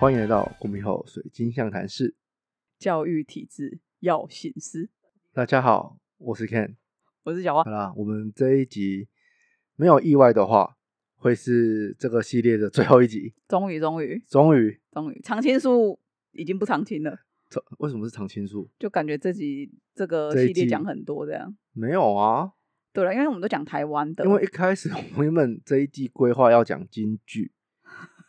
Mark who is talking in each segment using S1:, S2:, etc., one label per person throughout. S1: 欢迎来到国民后水晶象谈室。
S2: 教育体制要醒思。
S1: 大家好，我是 Ken。
S2: 我是小花
S1: 好，啦，我们这一集没有意外的话，会是这个系列的最后一集。
S2: 终于终于
S1: 终于，
S2: 终于，常青树已经不常青了，
S1: 这为什么是常青树？
S2: 就感觉自己这个
S1: 这一
S2: 系列
S1: 季
S2: 讲很多这样。
S1: 没有啊，
S2: 对了，因为我们都讲台湾的，
S1: 因为一开始我们原本这一季规划要讲京剧，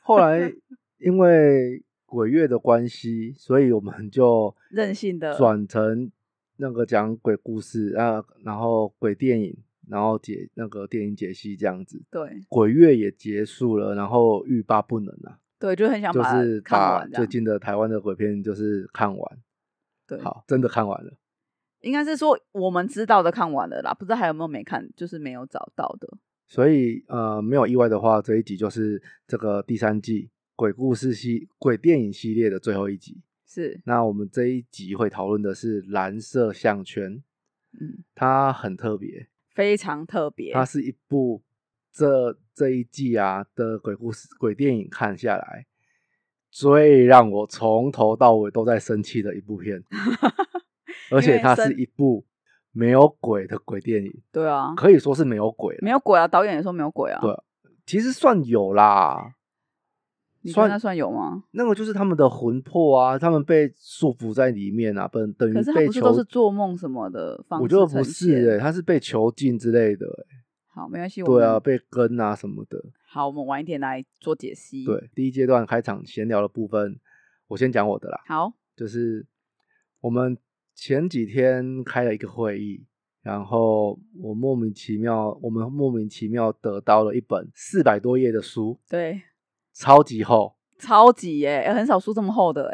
S1: 后 来因为鬼月的关系，所以我们就
S2: 任性的
S1: 转成那个讲鬼故事啊，然后鬼电影，然后解那个电影解析这样子。
S2: 对
S1: 鬼月也结束了，然后欲罢不能啊，
S2: 对，就很想
S1: 就
S2: 把它
S1: 是
S2: 看
S1: 把
S2: 完这
S1: 最
S2: 样。
S1: 近的台湾的鬼片就是看完，
S2: 对，
S1: 好，真的看完了。
S2: 应该是说我们知道的看完了啦，不知道还有没有没看，就是没有找到的。
S1: 所以呃，没有意外的话，这一集就是这个第三季鬼故事系鬼电影系列的最后一集。
S2: 是，
S1: 那我们这一集会讨论的是蓝色项圈，
S2: 嗯，
S1: 它很特别，
S2: 非常特别。
S1: 它是一部这这一季啊的鬼故事鬼电影看下来最让我从头到尾都在生气的一部 片，而且它是
S2: 生
S1: 一部没有鬼的鬼电影，
S2: 对啊，
S1: 可以说是没有鬼了
S2: 没有鬼啊，导演也说没有鬼啊。
S1: 对其实算有啦，
S2: 你觉得
S1: 算
S2: 那算有吗？
S1: 那个就是他们的魂魄啊，他们被束缚在里面啊，等等于
S2: 可是他
S1: 被
S2: 不是
S1: 囚
S2: 都是做梦什么的方式
S1: 我觉得不
S2: 呈现
S1: 是哎、他是被囚禁之类的欸、
S2: 好，没关系。我
S1: 对啊，
S2: 们
S1: 被跟啊什么的。
S2: 好，我们晚一点来做解析。，
S1: 对，第一阶段开场闲聊的部分，我先讲我的啦，
S2: 好，
S1: 就是我们前几天开了一个会议，然后我莫名其妙，我们莫名其妙得到了一本四百多页的书，
S2: 对，
S1: 超级厚，
S2: 超级耶、欸很少书这么厚的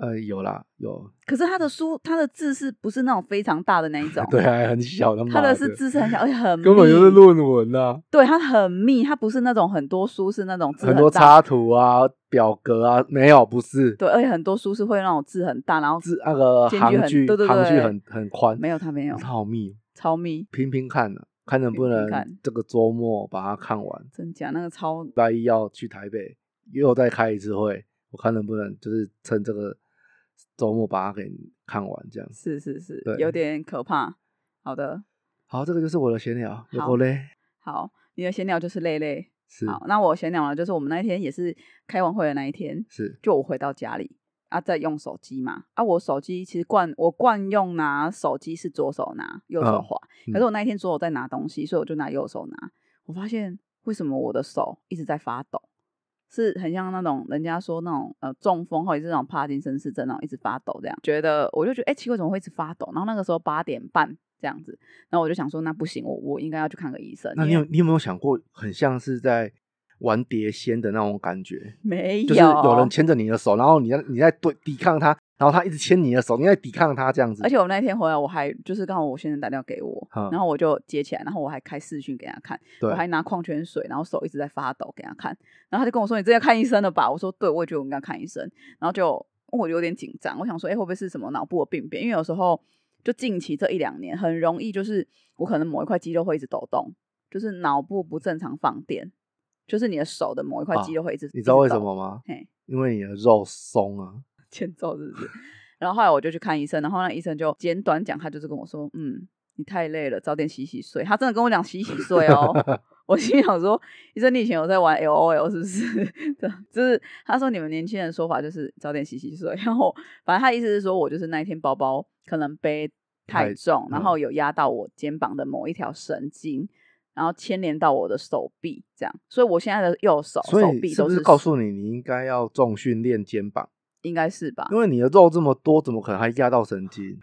S2: 哎、
S1: 呃，有啦有，？
S2: 可是他的书，他的字是不是那种非常大的那一种
S1: 对，还很小的嘛，
S2: 他的是字是很小，而且很
S1: 根本就是
S2: 密
S1: 论文啊，
S2: 对，它很密，它不是那种很多书是那种字
S1: 很多
S2: 大，
S1: 插图啊、表格啊，没有，不是，
S2: 对，而且很多书是会那种字很大，然后
S1: 字那个
S2: 间距
S1: 行
S2: 很
S1: 距
S2: 对对
S1: 行距
S2: 对
S1: 很很宽，
S2: 没有它没有
S1: 好密哦，
S2: 超密，
S1: 拼拼看呢、看能不
S2: 拼拼
S1: 能
S2: 看
S1: 这个周末把它看完。
S2: 真假那个超
S1: 礼拜一要去台北，又再开一次会，我看能不能就是趁这个周末把它给看完这样子。
S2: 是是是
S1: 对，
S2: 有点可怕。好的，
S1: 好，这个就是我的闲聊，有
S2: 好
S1: 够累，
S2: 好，你的闲聊就是累累。
S1: 是
S2: 好，那我闲聊呢，就是我们那一天也是开完会的那一天，
S1: 是，
S2: 就我回到家里啊，在用手机嘛啊，我手机其实惯我惯用拿手机是左手拿，右手
S1: 嗯
S2: 滑。
S1: 嗯
S2: 可是我那一天左手在拿东西，所以我就拿右手拿。我发现为什么我的手一直在发抖，是很像那种人家说那种呃中风或者是那种帕金森氏症那种一直发抖这样，觉得我就觉得哎、诶奇怪怎么会一直发抖？然后那个时候八点半这样子，然后我就想说那不行，我我应该要去看个医生。
S1: 那你
S2: 因
S1: 有
S2: 为
S1: 你有没有想过，很像是在玩碟仙的那种感觉？
S2: 没
S1: 就是有人牵着你的手，然后你在你在对抵抗他，然后他一直牵你的手，你在抵抗他这样子。
S2: 而且我那一天回来，我还就是刚好我先生打电话给我，
S1: 嗯
S2: 然后我就接起来，然后我还开视讯给他看，
S1: 对
S2: 我还拿矿泉水，然后手一直在发抖给他看，然后他就跟我说：“你这要看医生了吧？”我说：“对，我也觉得我应该看医生。”然后就我有点紧张，我想说：“哎、会不会是什么脑部的病变？”因为有时候就近期这一两年很容易就是我可能某一块肌肉会一直抖动，就是脑部不正常放电，就是你的手的某一块
S1: 啊
S2: 肌肉会一直，
S1: 你知道为什
S2: 一直抖？
S1: 么吗？
S2: 嘿，
S1: 因为你的肉松啊，
S2: 欠揍是不是？然后后来我就去看医生，然后那医生就简短讲，他就是跟我说，嗯，你太累了，早点洗洗睡。他真的跟我讲洗洗睡 哦。我心想说，医生，你以前有在玩 L O L 是不是？ 对，就是他说你们年轻人说法就是早点洗洗睡。然后反正他意思是说我就是那一天包包可能背太
S1: 太
S2: 重，然
S1: 嗯
S2: 后有压到我肩膀的某一条神经。然后牵连到我的手臂，这样，所以我现在的右手、
S1: 所
S2: 手
S1: 以
S2: 臂
S1: 是
S2: 都
S1: 不是告诉你你应该要重训练肩膀？
S2: 应该是吧？
S1: 因为你的肉这么多，怎么可能还压到神经？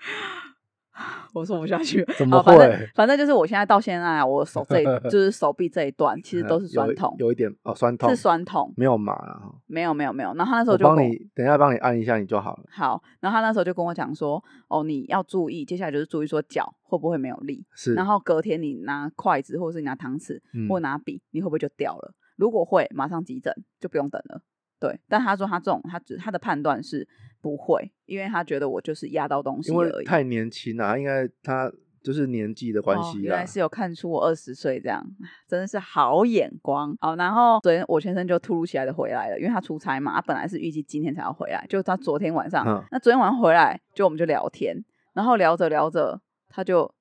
S2: 我说不下去了，
S1: 怎么
S2: 好反
S1: 会
S2: 正反正就是我现在到现在啊，我手 这一就是手臂这一段其实都是
S1: 嗯
S2: 酸
S1: 有
S2: 痛，
S1: 有一点哦，酸痛
S2: 是酸痛，
S1: 没有麻啊。
S2: 没有没有没有。然后他那时
S1: 我
S2: 候就
S1: 帮
S2: 跟我
S1: 你，等一下帮你按一下你就好了。
S2: 好，然后他那时候就跟我讲说，哦，你要注意，接下来就是注意说脚会不会没有力，
S1: 是，
S2: 然后隔天你拿筷子或者是你拿汤匙
S1: 嗯
S2: 或拿笔，你会不会就掉了？如果会，马上急诊，就不用等了。对，但他说他这种他只他的判断是不会，因为他觉得我就是压到东西
S1: 因为
S2: 而已。
S1: 太年轻了，应该他就是年纪的关
S2: 哦
S1: 系
S2: 原
S1: 啦
S2: 来。是有看出我二十岁这样，真的是好眼光。好，然后昨天我先生就突如其来的回来了，因为他出差嘛，他本来是预计今天才要回来，就他昨天晚上，
S1: 嗯
S2: 那昨天晚上回来就我们就聊天，然后聊着聊着他就。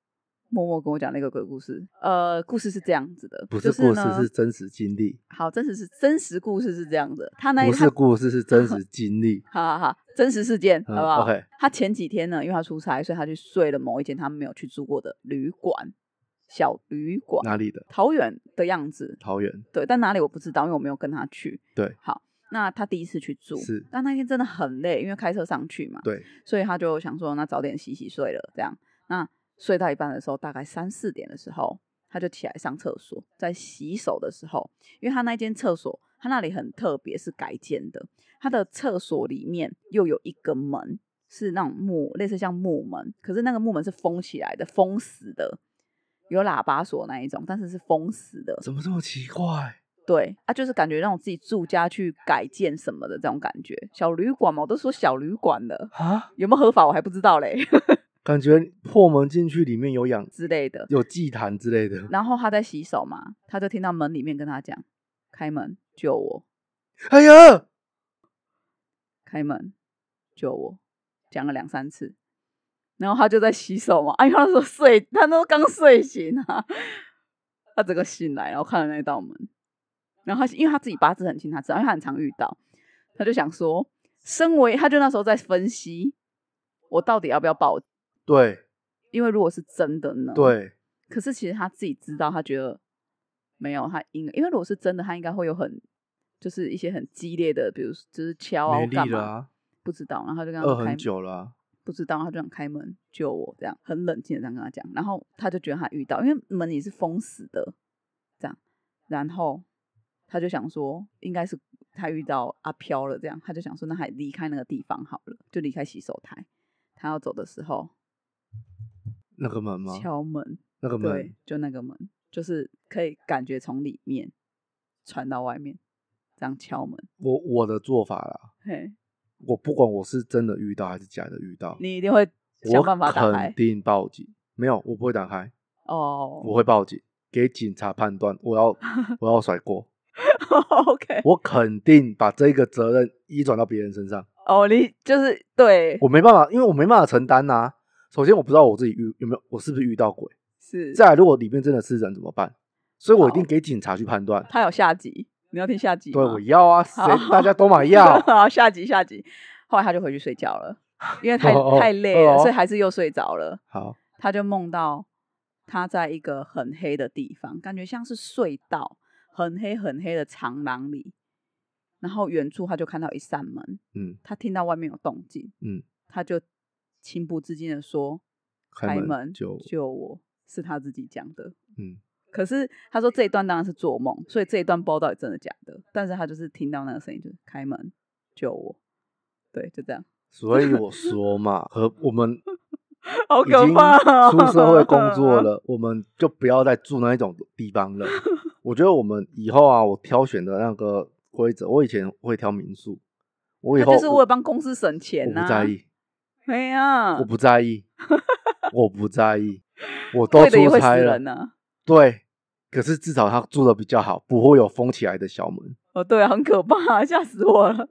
S2: 默默跟我讲那个鬼故事，呃，故事是这样子的，
S1: 不
S2: 就是
S1: 故事，
S2: 呢
S1: 是真实经历。
S2: 好，真实是真实故事是这样的，他那一
S1: 不
S2: 他。
S1: 是故事，是真实经历
S2: 好好好，真实事件、
S1: 嗯
S2: 好不好
S1: OK
S2: 他前几天呢，因为他出差，所以他去睡了某一间他没有去住过的旅馆，小旅馆，
S1: 哪里的？
S2: 桃园的样子，
S1: 桃园。
S2: 对，但哪里我不知道，因为我没有跟他去。
S1: 对，
S2: 好，那他第一次去住，
S1: 是
S2: 但那天真的很累，因为开车上去嘛，
S1: 对，
S2: 所以他就想说，那早点洗洗睡了，这样。那睡到一半的时候，大概三四点的时候，他就起来上厕所，在洗手的时候，因为他那间厕所，他那里很特别，是改建的，他的厕所里面又有一个门，是那种木，类似像木门，可是那个木门是封起来的，封死的。有喇叭锁那一种，但是是封死的，
S1: 怎么这么奇 怪？
S2: 对啊，就是感觉让我自己住家去改建什么的这种感觉。小旅馆嘛，我都说小旅馆了，
S1: 啊，
S2: 有没有合法我还不知道嘞
S1: 感觉破门进去，里面有养
S2: 之类的。
S1: 有祭坛之类的。
S2: 然后他在洗手嘛，他就听到门里面跟他讲：“开门救我，
S1: 哎呀，
S2: 开门救我。”讲了两三次，然后他就在洗手嘛。 哎、因为他说睡，他都刚睡醒啊，他整个醒来，然后看了那道门，然后他因为他自己八字很轻，他知道，因为他很常遇到，他就想说，身为他就那时候在分析，我到底要不要报警？
S1: 对
S2: 因为如果是真的呢，
S1: 对，
S2: 可是其实他自己知道，他觉得没有，他应因为如果是真的，他应该会有很就是一些很激烈的，比如就是敲啊
S1: 没
S2: 或干
S1: 力了
S2: 嘛，
S1: 啊，
S2: 不知道。然后他就跟他
S1: 饿
S2: 说开
S1: 很，久了啊、
S2: 不知道，然后他就想开门救我，这样很冷静的这样跟他讲。然后他就觉得他遇到，因为门也是封死的，这样，然后他就想说应该是他遇到阿飘了，这样他就想说那还离开那个地方好了，就离开洗手台。他要走的时候
S1: 那个门吗？
S2: 敲门，
S1: 那个
S2: 对
S1: 门，，
S2: 就那个门，就是可以感觉从里面传到外面，这样敲门。
S1: 我我的做法啦，
S2: 嘿，
S1: 我不管我是真的遇到还是假的遇到，
S2: 你一定会想办法
S1: 我
S2: 打开
S1: 肯定报警。没有，我不会打开，
S2: 哦。
S1: 我会报警，给警察判断。我 要我要甩锅，
S2: OK，
S1: 我肯定把这个责任移转到别人身上。
S2: 哦，你就是对，
S1: 我没办法，因为我没办法承担呐、首先，我不知道我自己遇有没有，我是不是遇到鬼。
S2: 是
S1: 再来，如果里面真的是人怎么办？所以我一定
S2: 好
S1: 给警察去判断。
S2: 他有下集，你要听下集吗？
S1: 对，我要 啊，谁
S2: 好
S1: 大家都买 药。
S2: 好，下集下集。后来他就回去睡觉了，因为太
S1: 哦哦
S2: 太累了，
S1: 哦
S2: 所以还是又睡着了。
S1: 好，
S2: 他就梦到他在一个很黑的地方，感觉像是隧道，很黑很黑的长廊里。然后远处他就看到一扇门，
S1: 嗯
S2: 他听到外面有动静，
S1: 嗯，
S2: 他就情不自禁的说：“
S1: 开
S2: 开
S1: 门
S2: 门
S1: 救我
S2: 救我！”是他自己讲的。
S1: 嗯，
S2: 可是他说这一段当然是做梦，所以这一段不知道到底真的假的。但是他就是听到那个声音，就是“开门救我”，对，就这样，
S1: 所以我说嘛，和我们
S2: 好
S1: 已
S2: 可
S1: 经
S2: 怕、哦！
S1: 出社会 工作，了，我们就不要再住那一种地方 了。我觉得我们以后啊，我挑选的那个规则，我以前会挑民宿，我以
S2: 他
S1: 后
S2: 就是为
S1: 我
S2: 了帮公司省钱
S1: 我
S2: 啊呐、
S1: 不在意，
S2: 哎呀，
S1: 我不在意， 我不在意，我都
S2: 贵的也
S1: 出
S2: 会死
S1: 差了
S2: 人。啊呢、
S1: 对，可是至少他住的比较好，不会有封起来的小门。
S2: 哦，对啊，很可怕、吓死我了。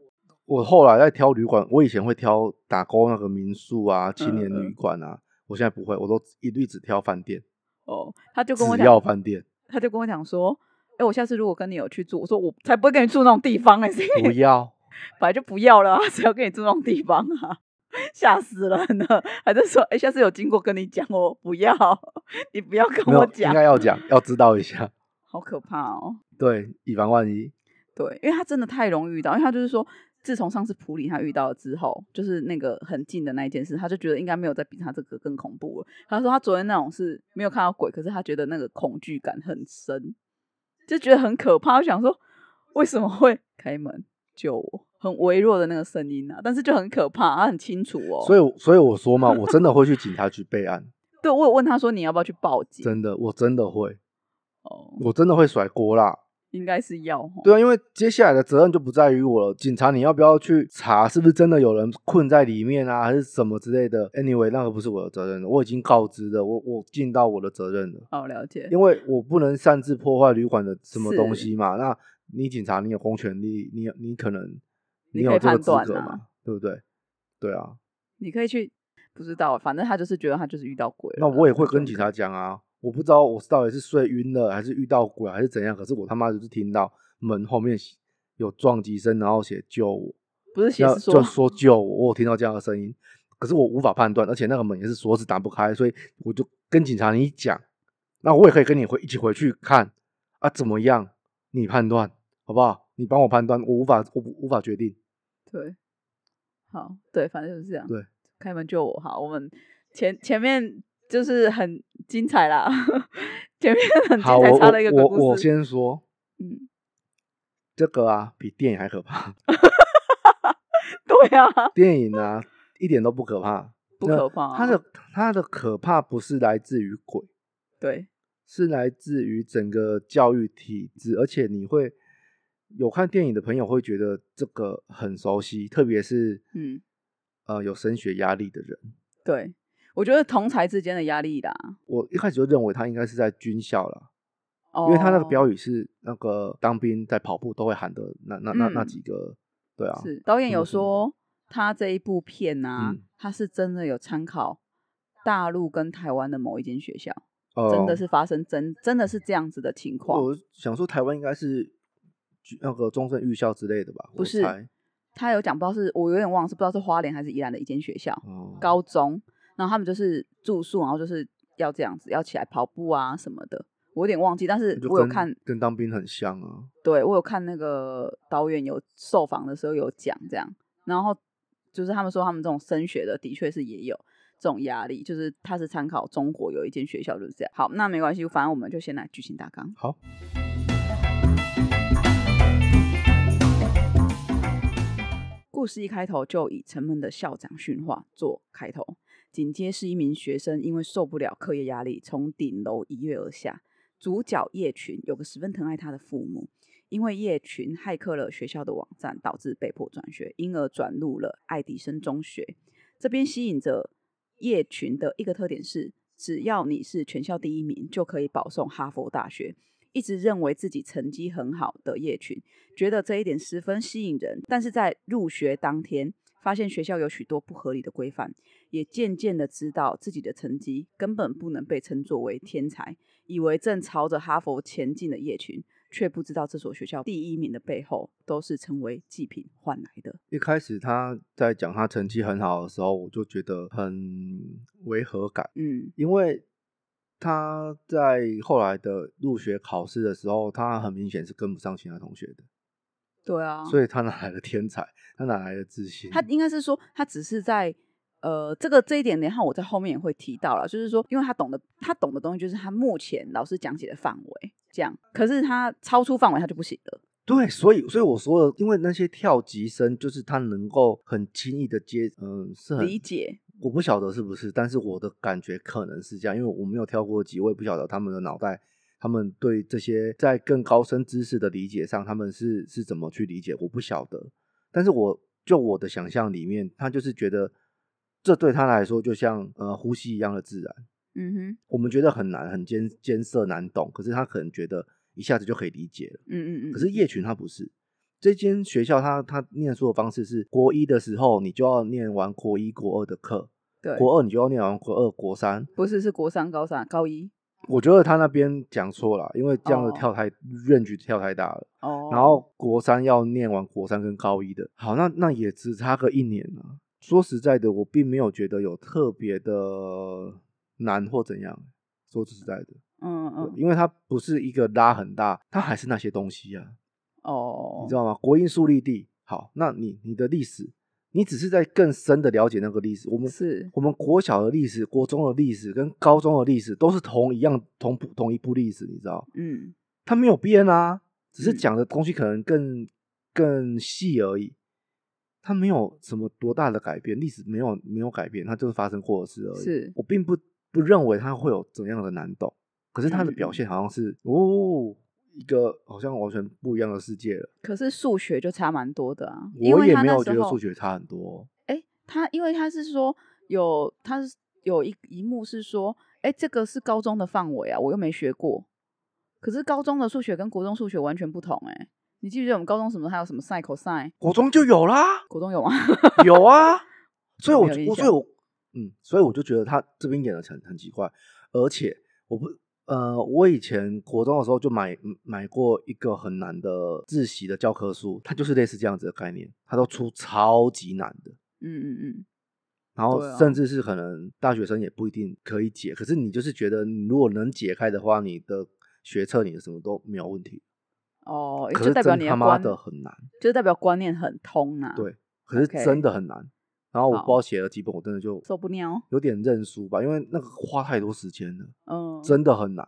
S1: 我后来在挑旅馆，我以前会挑打勾那个民宿啊、青年
S2: 嗯嗯
S1: 旅馆啊，我现在不会，我都一律只挑饭店，
S2: 哦，他就跟我
S1: 只要
S2: 讲，
S1: 饭 店，
S2: 他就跟我讲说，哎、我下次如果跟你有去住，我说我才不会跟你住那种地方哎、谁
S1: 不要。
S2: 本来就不要了、啊，谁要跟你住那种地方啊？吓死人了！还在说，哎、下次有经过跟你讲，我不要， 你不要跟
S1: 没有
S2: 我讲
S1: 应，该要讲，要知道一下，
S2: 好可怕哦。
S1: 对，以防万一。
S2: 对，因为他真的太容易遇到，因为他就是说，自从上次普里他遇到了之后，就是那个很近的那一件事，他就觉得应该没有再比他这个更恐怖了。他说他昨天那种是没有看到鬼，可是他觉得那个恐惧感很深，就觉得很可怕。我想说，为什么会开门救我？很微弱的那个声音啊，但是就很可怕，他很清楚哦。
S1: 所以，所以我说 嘛，我真的会去警察局备案，
S2: 对我有问他说你要不要去报警？
S1: 真的，我真的会，
S2: 哦，
S1: 我真的会甩锅啦。
S2: 应该是要哦吼。
S1: 对啊，因为接下来的责任就不在于我了。警察，你要不要去查是不是真的有人困在里面啊，还是什么之类的？Anyway，那个不是我的责任了，我已经告知了，我我尽到我的责任了，
S2: 好哦了解，
S1: 因为我不能擅自破坏旅馆的什么
S2: 是
S1: 东西嘛。那你警察，你有公权力，你有你可能
S2: 你
S1: 你有
S2: 可以
S1: 这个
S2: 判
S1: 资
S2: 断
S1: 格
S2: 啊
S1: 嘛，对不对？对啊，
S2: 你可以去，不知道，反正他就是觉得他就是遇到鬼了
S1: 那
S2: 啦。
S1: 我也会跟
S2: 就
S1: 警察讲啊，我不知道我是到底是睡晕了，还是遇到鬼，还是怎样。可是我他妈就是听到门后面写有撞击声，然后写救我，
S2: 不是写
S1: 要
S2: 是
S1: 就
S2: 说
S1: 说救我，我有听到这样的声音，可是我无法判断，而且那个门也是锁子打不开，所以我就跟警察你讲，那我也可以跟你回一起回去看啊，怎么样？你判断好不好？你帮我判断，我无法，我无无法决定。
S2: 对，好，对，反正就是这样。
S1: 对，
S2: 开门救我！好，我们前前面就是很精彩啦，前 面很
S1: 好，
S2: 精彩，
S1: 我
S2: 插了一个鬼
S1: 我
S2: 故事。
S1: 我我先说，
S2: 嗯，
S1: 这个啊，比电影还可怕。
S2: 对啊，
S1: 电影啊，一点都不可怕。
S2: 不
S1: 那
S2: 可怕啊
S1: 它的它的可怕不是来自于鬼，
S2: 对，
S1: 是来自于整个教育体制，而且你会有看电影的朋友会觉得这个很熟悉，特别是
S2: 嗯，
S1: 呃有升学压力的人，
S2: 对，我觉得同才之间的压力啦，
S1: 我一开始就认为他应该是在军校了，
S2: 哦、
S1: 因为他那个标语是那个当兵在跑步都会喊的那那那那
S2: 嗯
S1: 几个，对啊，
S2: 是导演
S1: 什么
S2: 有
S1: 什么
S2: 说他这一部片啊，
S1: 嗯
S2: 他是真的有参考大陆跟台湾的某一间学校，
S1: 呃
S2: 真的是发生真真的是这样子的情况。
S1: 我想说台湾应该是那个终身预校之类的吧，
S2: 不
S1: 我
S2: 是
S1: 猜
S2: 他有讲，不知道是我有点忘了，是不知道是花莲还是宜兰的一间学校，
S1: 哦
S2: 高中，然后他们就是住宿，然后就是要这样子，要起来跑步啊什么的，我有点忘记，但是
S1: 就
S2: 我有
S1: 跟
S2: 看，
S1: 跟当兵很像啊，
S2: 对我有看那个导演有受访的时候有讲这样，然后就是他们说他们这种升学的的确是也有这种压力，就是他是参考中国有一间学校就是这样。好，那没关系，反正我们就先来剧情大纲。
S1: 好，
S2: 故事一开头就以沉闷的校长训话做开头，紧接是一名学生因为受不了课业压力，从顶楼一跃而下。主角叶群有个十分疼爱他的父母，因为叶群骇客了学校的网站，导致被迫转学，因而转入了爱迪生中学。这边吸引着叶群的一个特点是，只要你是全校第一名，就可以保送哈佛大学。一直认为自己成绩很好的叶群，觉得这一点十分吸引人，但是在入学当天，发现学校有许多不合理的规范，也渐渐的知道自己的成绩根本不能被称作为天才，以为正朝着哈佛前进的叶群，却不知道这所学校第一名的背后都是成为祭品换来的。
S1: 一开始他在讲他成绩很好的时候，我就觉得很违和感，
S2: 嗯，
S1: 因为他在后来的入学考试的时候，他很明显是跟不上其他同学的，
S2: 对啊，
S1: 所以他哪来的天才？他哪来的自信？
S2: 他应该是说，他只是在呃，这个这一点，等一下我在后面也会提到了，就是说，因为他懂得他懂的东西，就是他目前老师讲解的范围这样，可是他超出范围他就不行了。
S1: 对，所以所以我说的，因为那些跳级生就是他能够很轻易的接，嗯，是很
S2: 理解，
S1: 我不晓得是不是，但是我的感觉可能是这样，因为我没有跳过级，我也不晓得他们的脑袋，他们对这些在更高深知识的理解上，他们是是怎么去理解，我不晓得。但是我就我的想象里面，他就是觉得这对他来说就像呃呼吸一样的自然。
S2: 嗯哼，
S1: 我们觉得很难，很艰艰涩难懂，可是他可能觉得一下子就可以理解了。
S2: 嗯嗯嗯，
S1: 可是叶群他不是，这间学校他他念书的方式是国一的时候你就要念完国一国二的课，
S2: 对，
S1: 国二你就要念完国二、国三。
S2: 不是是国三、高三、高一
S1: 我觉得他那边讲错了，因为这样的
S2: 哦
S1: 跳太、range 跳太大了。
S2: 哦，
S1: 然后国三要念完国三跟高一的，好，那那也只差个一年啊。说实在的，我并没有觉得有特别的难或怎样。说实在的，
S2: 嗯
S1: 对
S2: 嗯
S1: 因为它不是一个拉很大，它还是那些东西啊，
S2: 哦
S1: 你知，道吗？国英数历地，好，那你你的历史，你只是在更深的了解那个历史。我们
S2: 是
S1: 我们国小的历史、国中的历史跟高中的历史都是同一样同步同一部历史，你知道？
S2: 嗯
S1: 它没有变啊，只是
S2: 嗯
S1: 讲的东西可能更更细而已。它没有什么多大的改变，历史没有没有改变，它就是发生过的事而已。
S2: 是
S1: 我并
S2: 嗯
S1: 不不认为它会有怎样的难懂，可是它的表现好像是、哦，一个好像完全不一样的世界了。
S2: 可是数学就差蛮多的啊，因
S1: 我
S2: 为
S1: 也
S2: 他
S1: 没
S2: 那
S1: 有
S2: 时
S1: 觉得
S2: 候
S1: 数学差很多，哦
S2: 哎，他因为他是说有，他是有一一幕是说，哎，这个是高中的范围啊，我又没学过。可是高中的数学跟国中数学完全不同哎、你记不记得我们高中什么还有什么 sin、cosine？
S1: 国中就有啦，
S2: 国中有吗？
S1: 有啊。所以
S2: 没
S1: 我
S2: 有
S1: 就
S2: 印
S1: 我所以我嗯，所以我就觉得他这边演的很很奇怪，而且我不呃，我以前国中的时候就买买过一个很难的自习的教科书，它就是类似这样子的概念，它都出超级难的。
S2: 嗯嗯嗯，
S1: 然后
S2: 对啊
S1: 甚至是可能大学生也不一定可以解，可是你就是觉得你如果能解开的话，你的学测你的什么都没有问题。
S2: 哦，
S1: 可
S2: 就是代表
S1: 真
S2: 你
S1: 他妈
S2: 观，
S1: 的很难，
S2: 就是代表观念很通啊。
S1: 对，可是
S2: OK
S1: 真的很难。然后我不知
S2: 好
S1: 道写了几本，我真的就
S2: 受不了
S1: 有点认输吧，因为那个花太多时间了，
S2: 嗯，
S1: 真的很难。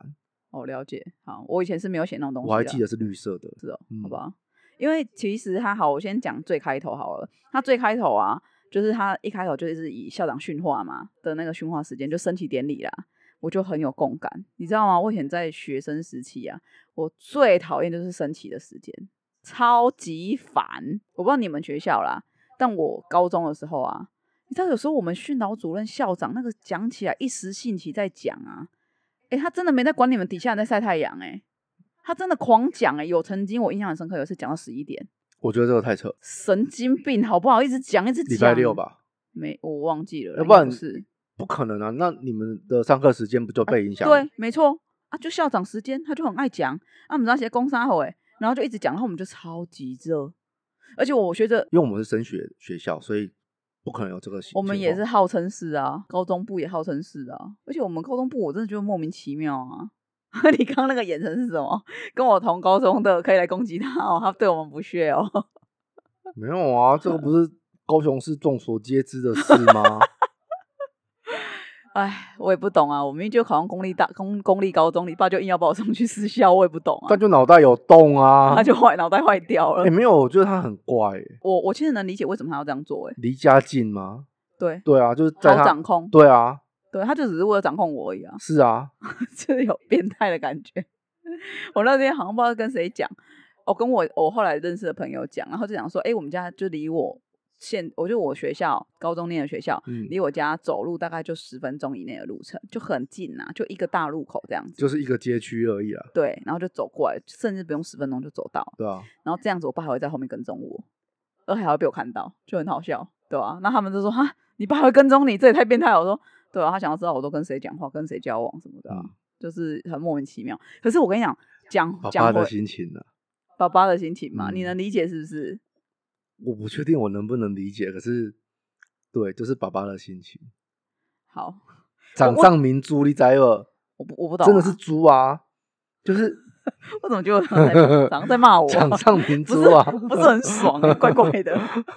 S2: 哦，了解。好，我以前是没有写那种东西的，
S1: 我还记得是绿色的，
S2: 是哦，
S1: 嗯
S2: 好吧。因为其实他好，我先讲最开头好了。他最开头啊，就是他一开头就是以校长训话嘛的那个训话时间，就升旗典礼啦，我就很有共感，你知道吗？我以前在学生时期啊，我最讨厌就是升旗的时间，超级烦。我不知道你们学校啦，但我高中的时候啊，你知道有时候我们训导主任、校长那个讲起来一时兴起在讲啊，诶、他真的没在管你们底下人在晒太阳诶、他真的狂讲诶、有曾经我印象很深刻，有一次讲到十一点，
S1: 我觉得这个太扯。
S2: 神经病好不好？一直讲一直讲。
S1: 礼拜六？吧，
S2: 没，我忘记了，
S1: 要
S2: 应
S1: 不
S2: 该
S1: 然
S2: 是
S1: 不可能啊！那你们的上课时间不就被影响？
S2: 啊对，，没错啊，就校长时间，他就很爱讲啊，我们那些工商后哎，然后就一直讲，然后我们就超级热，而且我觉得
S1: 因为我们是升学学校，所以不可能有这个情。
S2: 我们
S1: 情
S2: 也
S1: 况
S2: 是号称是啊，高中部也号称是啊，而且我们高中部我真的觉得莫名其妙啊。 你刚刚那个眼神是什么？跟我同高中的可以来攻击他哦，他对我们不屑哦。
S1: 没有啊， 这个不是高雄市众所皆知的事吗？
S2: 哎，我也不懂啊，我明明就考上公立大公公立高中，你爸就硬要把我送去私校，我也不懂啊
S1: 但，就脑袋有洞 啊！
S2: 他就坏脑袋坏掉了。
S1: 哎、没有，我觉得他很怪、欸，
S2: 我我其实能理解为什么他要这样做、欸，哎，
S1: 离家近吗？
S2: 对，
S1: 对啊，就是在
S2: 好
S1: 他
S2: 掌控，
S1: 对啊，
S2: 对，他就只是为了掌控我而已啊，
S1: 是啊，
S2: 就是有变态的感觉。 我那天好像不知道跟谁讲，我、跟我我后来认识的朋友讲，然后就讲说，哎、我们家就离我现，我就我学校高中念的学校，
S1: 嗯，
S2: 离我家走路大概就十分钟以内的路程，就很近啊，就一个大路口这样子。
S1: 就是一个街区而已啊，
S2: 对，然后就走过来，甚至不用十分钟就走到。
S1: 对啊，
S2: 然后这样子，我爸还会在后面跟踪我，而还会被我看到，就很好笑，对啊？那他们就说哈，你爸会跟踪你，这也太变态了。我说对啊，他想要知道我都跟谁讲话，跟谁交往什么的啊、
S1: 嗯
S2: 就是很莫名其妙。可是我跟你讲，讲
S1: 爸
S2: 讲
S1: 爸
S2: 回
S1: 的心情呢、啊，
S2: 爸爸的心情嘛，你
S1: 嗯
S2: 能理解是不是？
S1: 我不确定我能不能理解，可是对，就是爸爸的心情。
S2: 好，
S1: 掌上明珠，你知道？
S2: 我不我不懂、啊，
S1: 真的是猪啊，就是
S2: 我怎么觉得我好像在好像在骂我啊、
S1: 掌上明
S2: 不
S1: 珠
S2: 是
S1: 啊，
S2: 不是 很爽、欸，怪怪的。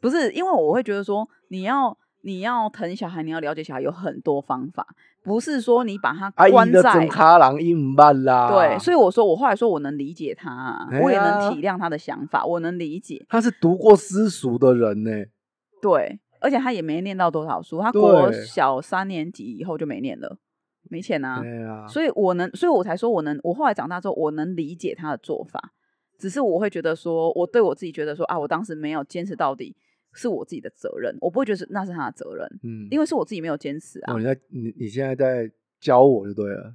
S2: 不是，因为我会觉得说，你要你要疼小孩，你要了解小孩有很多方法，不是说你把他
S1: 阿
S2: 关
S1: 姨的
S2: 在、
S1: 整卡郎一五半啦，
S2: 对。所以我说，我后来说我能理解他啊、
S1: 哎
S2: 我也能
S1: 呀
S2: 体谅他的想法，我能理解。
S1: 他是读过私塾的人呢、
S2: 对，而且他也没念到多少书，他国
S1: 对
S2: 小三年级以后就没念了，没钱啊。
S1: 对啊，
S2: 所以我能，所以我才说我能，我后来长大之后，我能理解他的做法，只是我会觉得说，我对我自己觉得说啊，我当时没有坚持到底，是我自己的责任，我不会觉得是那是他的责任，
S1: 嗯，
S2: 因为是我自己没有坚持啊，
S1: 哦，你在你你现在在教我就对 了，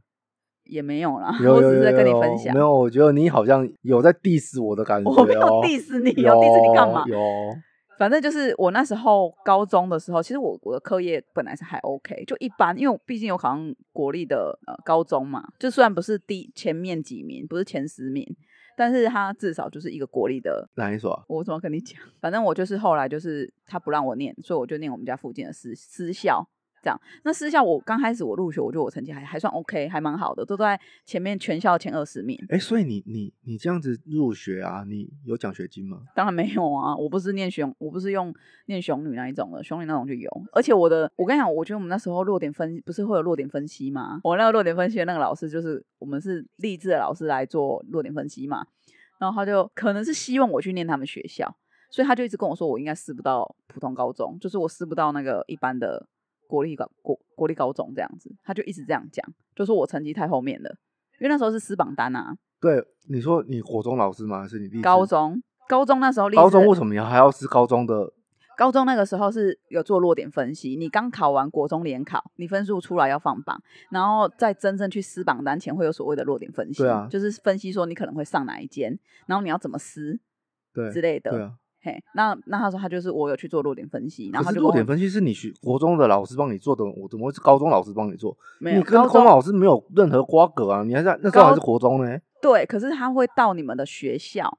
S2: 也没有啦，
S1: 有
S2: 我
S1: 有
S2: 只
S1: 有
S2: 是在跟你
S1: 有
S2: 分享
S1: 没，有，我觉得你好像有在 diss 我的感觉、哦，
S2: 我没有 diss 你，
S1: 有
S2: 要 diss 你干嘛？
S1: 有，
S2: 反正就是我那时候高中的时候，其实我我的课业本来是还 OK，就一般，因为我毕竟有考上国立的呃高中嘛，就虽然不是第前面几名，不是前十名，但是它至少就是一个国立的
S1: 哪一所啊？
S2: 我怎么跟你讲？ 反正我就是后来就是他不让我念，所以我就念我们家附近的私私校。这样，那私校我刚开始我入学，我觉得我成绩还还算 OK，还蛮好的，都在前面全校前二十名。
S1: 哎、所以你你你这样子入学啊，你有奖学金吗？
S2: 当然没有啊，我不是念雄，我不是用念雄女那一种的，雄女那种就有。而且我的，我跟你讲，我觉得我们那时候弱点分不是会有弱点分析吗？我那个弱点分析的那个老师就是我们是励志的老师来做弱点分析嘛，然后他就可能是希望我去念他们学校，所以他就一直跟我说我应该撕不到普通高中，就是我撕不到那个一般的国立高国国立高中这样子，他就一直这样讲，就说我成绩太后面了，因为那时候是撕榜单啊，
S1: 对，你说你国中老师吗？还嗯是你历史
S2: 高？中，高中那时候历史
S1: 高中为什么你还要是高中的？
S2: 高中那个时候是有做落点分析，你刚考完国中联考，你分数出来要放榜，然后在真正去撕榜单前会有所谓的落点分析，
S1: 对啊
S2: 就是分析说你可能会上哪一间，然后你要怎么撕
S1: 对
S2: 之类的。
S1: 对啊。
S2: 嘿，那那他说他就是我有去做落点分析，然
S1: 可
S2: 后他
S1: 是
S2: 就跟我
S1: 落点分析是你学国中的老师帮你做的，我怎么会是高中老师帮你做？
S2: 没有
S1: 你跟
S2: 高
S1: 高中
S2: 中
S1: 老师没有任何瓜葛啊！你还在那时候还是国中呢，
S2: 对，可是他会到你们的学校，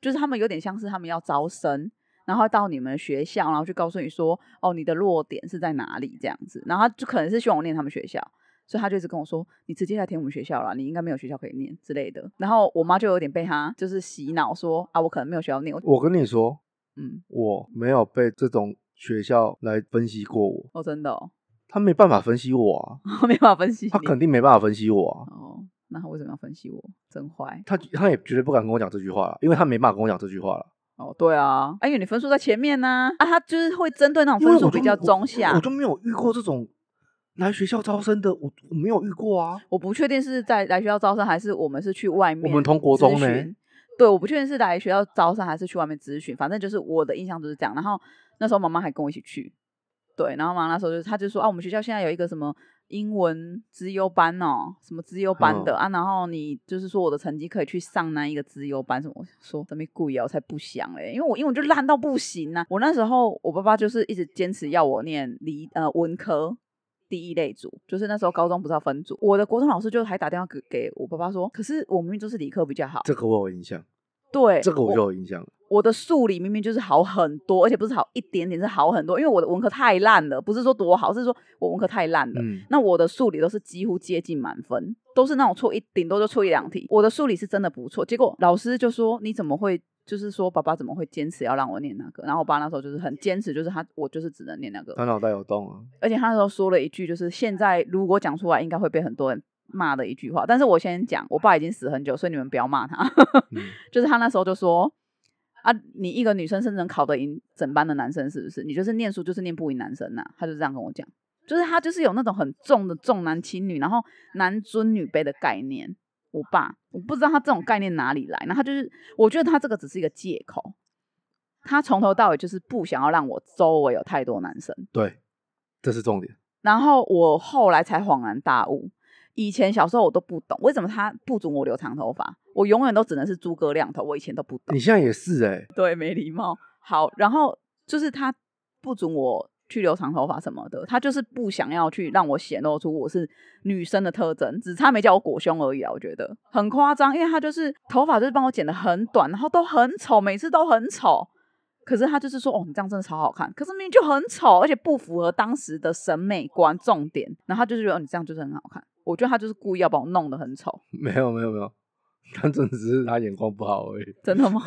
S2: 就是他们有点像是他们要招生，然后到你们学校，然后去告诉你说，哦，你的落点是在哪里这样子，然后他就可能是希望我念他们学校，所以他就一直跟我说，你直接来填我们学校啦，你应该没有学校可以念之类的。然后我妈就有点被他就是洗脑说，啊，我可能没有学校念，我
S1: 我跟你说，
S2: 嗯，
S1: 我没有被这种学校来分析过我，
S2: 哦，真的哦，
S1: 他没办法分析我啊，
S2: 我没办法分析
S1: 他
S2: 你
S1: 肯定没办法分析我啊，
S2: 哦，那他为什么要分析我？真坏
S1: 他他也绝对不敢跟我讲这句话了，因为他没办法跟我讲这句话了。
S2: 哦，对啊，哎、因为你分数在前面呢、啊，他就是会针对那种
S1: 因为
S2: 分
S1: 我
S2: 数
S1: 就
S2: 比较
S1: 我
S2: 中下
S1: 我，就没有遇过这种来学校招生的，我我没有遇过啊。
S2: 我不确定是在来学校招生，还是我们是去外面。
S1: 我们同国中呢？
S2: 对，我不确定是来学校招生还是去外面咨询，反正就是我的印象就是这样。然后那时候妈妈还跟我一起去，对，然后妈妈那时候就是她就说啊，我们学校现在有一个什么英文资优班哦，什么资优班的、啊，然后你就是说我的成绩可以去上那一个资优班什么，我想说这边故意啊，我才不想嘞，因为我英文就烂到不行啊。我那时候我爸爸就是一直坚持要我念理呃文科，第一类组，就是那时候高中不是要分组，我的国中老师就还打电话给给我爸爸说，可是我明明就是理科比较好，
S1: 这个我有印象，
S2: 对，
S1: 这个我
S2: 我
S1: 就有印象了。
S2: 我的数理明明就是好很多，而且不是好一点点，是好很多，因为我的文科太烂了，不是说多好，是说我文科太烂了。
S1: 嗯，
S2: 那我的数理都是几乎接近满分，都是那种错一顶多就错一两题。我的数理是真的不错，结果老师就说你怎么会，就是说爸爸怎么会坚持要让我念那个？然后我爸那时候就是很坚持，就是他我就是只能念那个。
S1: 他脑袋有洞啊。
S2: 而且他那时候说了一句，就是现在如果讲出来，应该会被很多人骂的一句话。但是我先讲，我爸已经死很久，所以你们不要骂他。
S1: 嗯，
S2: 就是他那时候就说：“啊，你一个女生是能考得赢整班的男生，是不是？你就是念书就是念不赢男生呐、他就这样跟我讲，就是他就是有那种很重的重男轻女，然后男尊女卑的概念。我爸我不知道他这种概念哪里来，然后他就是我觉得他这个只是一个借口，他从头到尾就是不想要让我周围有太多男生。
S1: 对，这是重点。
S2: 然后我后来才恍然大悟，以前小时候我都不懂为什么他不准我留长头发，我永远都只能是诸葛亮头，我以前都不懂
S1: 你。现在也是哎、
S2: 对，没礼貌。好，然后就是他不准我去留长头发什么的，他就是不想要去让我显露出我是女生的特征，只差没叫我裹胸而已啊。我觉得很夸张，因为他就是头发就是帮我剪得很短，然后都很丑，每次都很丑。可是他就是说，哦，你这样真的超好看，可是明明就很丑，而且不符合当时的审美观。重点，然后他就是觉得、哦、你这样就是很好看。我觉得他就是故意要把我弄得很丑。
S1: 没有没有没有，单纯只是他眼光不好而已。
S2: 真 的吗？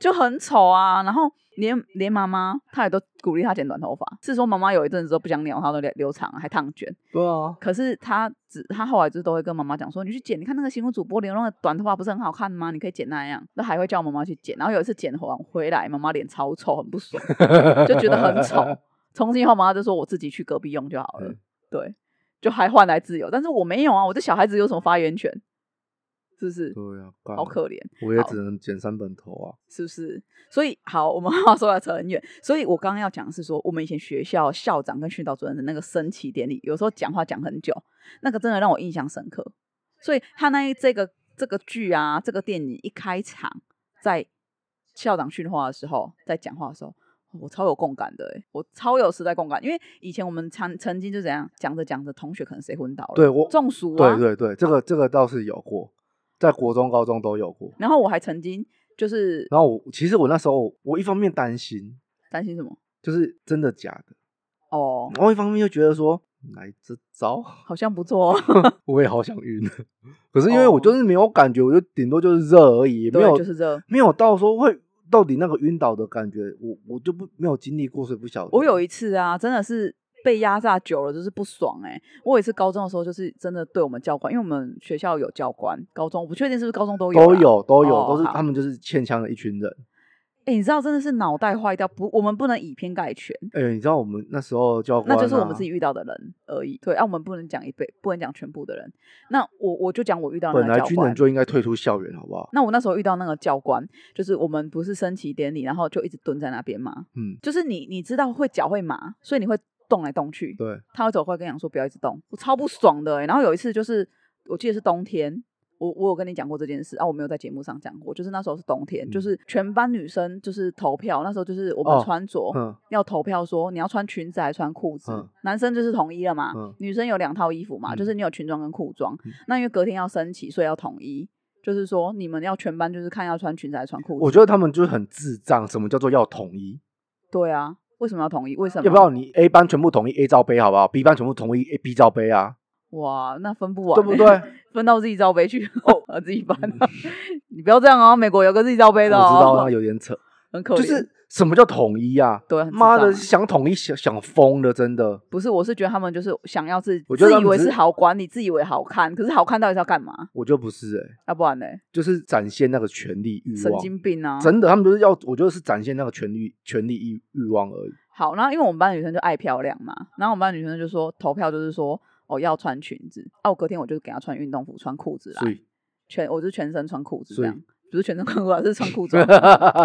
S2: 就很丑啊，然后连连妈妈她也都鼓励她剪短头发，是说妈妈有一阵子都不想鸟她，都留留长还烫卷。
S1: 对 啊，
S2: 可是她只她后来就是都会跟妈妈讲说，你去剪，你看那个新闻主播留那个短头发不是很好看吗？你可以剪那样，那还会叫妈妈去剪。然后有一次剪完回来，妈妈脸超丑，很不爽，就觉得 很丑。从此以后，妈妈就说我自己去隔壁用就好了
S1: 嗯，
S2: 对，就还换来自由。但是我没有啊，我这小孩子有什么发言权？是不是？
S1: 对啊，干
S2: 好可怜。
S1: 我也
S2: 好
S1: 只能剪三本头啊。
S2: 是不是？所以好，我们 话说要扯很远。所以我刚刚要讲的是说，我们以前学校校长跟训导主任的那个升旗典礼，有时候讲话讲很久，那个真的让我印象深刻。所以他那一这个这个剧啊，这个电影一开场，在校长训话的时候，在讲话的时候。我超有共感的、欸，我超有时代共感，因为以前我们曾曾经就怎样讲着讲着，同学可能谁昏倒了，
S1: 对我
S2: 中暑啊，
S1: 对对对，这个这个倒是有过，在国中、高中都有过。
S2: 然后我还曾经就是
S1: 然后我其实我那时候，我一方面担心，
S2: 担心什么
S1: 就是真的假的，
S2: 哦，
S1: 然后一方面又觉得说来这招，
S2: 好像不错、哦，
S1: 我也好想晕。可是因为
S2: 哦
S1: 我就是没有感觉，我就顶多就是热而已，没
S2: 对，
S1: 有、
S2: 就是这。
S1: 没有到说会到底那个晕倒的感觉，我我就不没有经历过，所以不晓得。
S2: 我有一次啊，真的是被压榨久了，就是不爽哎、我有一次高中的时候，就是真的对我们教官，因为我们学校有教官，高中我不确定是不是高中都有啦，
S1: 都有都有、
S2: 哦
S1: 都是
S2: 好
S1: 他们就是欠枪的一群人，
S2: 哎、你知道真的是脑袋坏掉，不，我们不能以偏概全，
S1: 哎、你知道我们那时候教官、
S2: 那
S1: 啊，
S2: 就是我们自己遇到的人而已。对，啊，我们不能讲一辈，不能讲全部的人。那我我就讲我遇到的
S1: 本
S2: 那
S1: 来
S2: 个教
S1: 军
S2: 官
S1: 人。就应该退出校园，好不好？
S2: 那我那时候遇到那个教官，就是我们不是升旗典礼，然后就一直蹲在那边嘛，
S1: 嗯，
S2: 就是你你知道会脚会麻，所以你会动来动去。
S1: 对，
S2: 他会走过来跟你讲说不要一直动，我超不爽的、欸。然后有一次就是我记得是冬天，我我有跟你讲过这件事啊，我没有在节目上讲过，就是那时候是冬天，
S1: 嗯
S2: 就是全班女生就是投票，那时候就是我们
S1: 哦
S2: 穿着、
S1: 嗯，
S2: 要投票说你要穿裙子还是穿裤子，
S1: 嗯
S2: 男生就是统一了嘛，
S1: 嗯
S2: 女生有两套衣服嘛，
S1: 嗯
S2: 就是你有裙装跟裤装。
S1: 嗯
S2: 那因为隔天要升旗，所以要统一，就是说你们要全班就是看要穿裙子还是穿裤子。
S1: 我觉得他们就是很智障。什么叫做要统一？
S2: 对啊，为什么要统一？为什么？
S1: 要不要你 A 班全部统一 A 罩杯，好不好？B 班全部统一 A B 罩杯啊，
S2: 哇，那分不完、欸
S1: 对不？对？
S2: 分到自己罩 杯去哦， 呃自己班、你不要这样哦，美国有个自己罩杯
S1: 嗯我知
S2: 的哦，
S1: 道啊那有点扯，
S2: 很可怜。
S1: 就是什么叫统一啊？
S2: 对，很智
S1: 妈的，
S2: 障啊
S1: 想统一想想疯了，真的。
S2: 不是，我是觉得他们就是想要自
S1: 我觉得
S2: 自
S1: 他
S2: 以
S1: 们
S2: 为
S1: 只
S2: 是
S1: 是
S2: 好管理，自以为好看，可是好看到底是要干嘛？
S1: 我就不是哎、
S2: 要不然呢？
S1: 就是展现那个权力欲
S2: 神
S1: 望。
S2: 经病啊！
S1: 真的，他们就是要，我觉得是展现那个权力、权力欲欲望而已。
S2: 好，然后因为我们班的女生就爱漂亮嘛，然后我们班的女生就说投票就是说哦要穿裙子，啊我隔天我就给她穿运动服穿裤子
S1: 所
S2: 来，
S1: 以，
S2: 全我就全身穿裤子这
S1: 所以
S2: 样，不是全身穿裤 子，是哦啊穿裤装。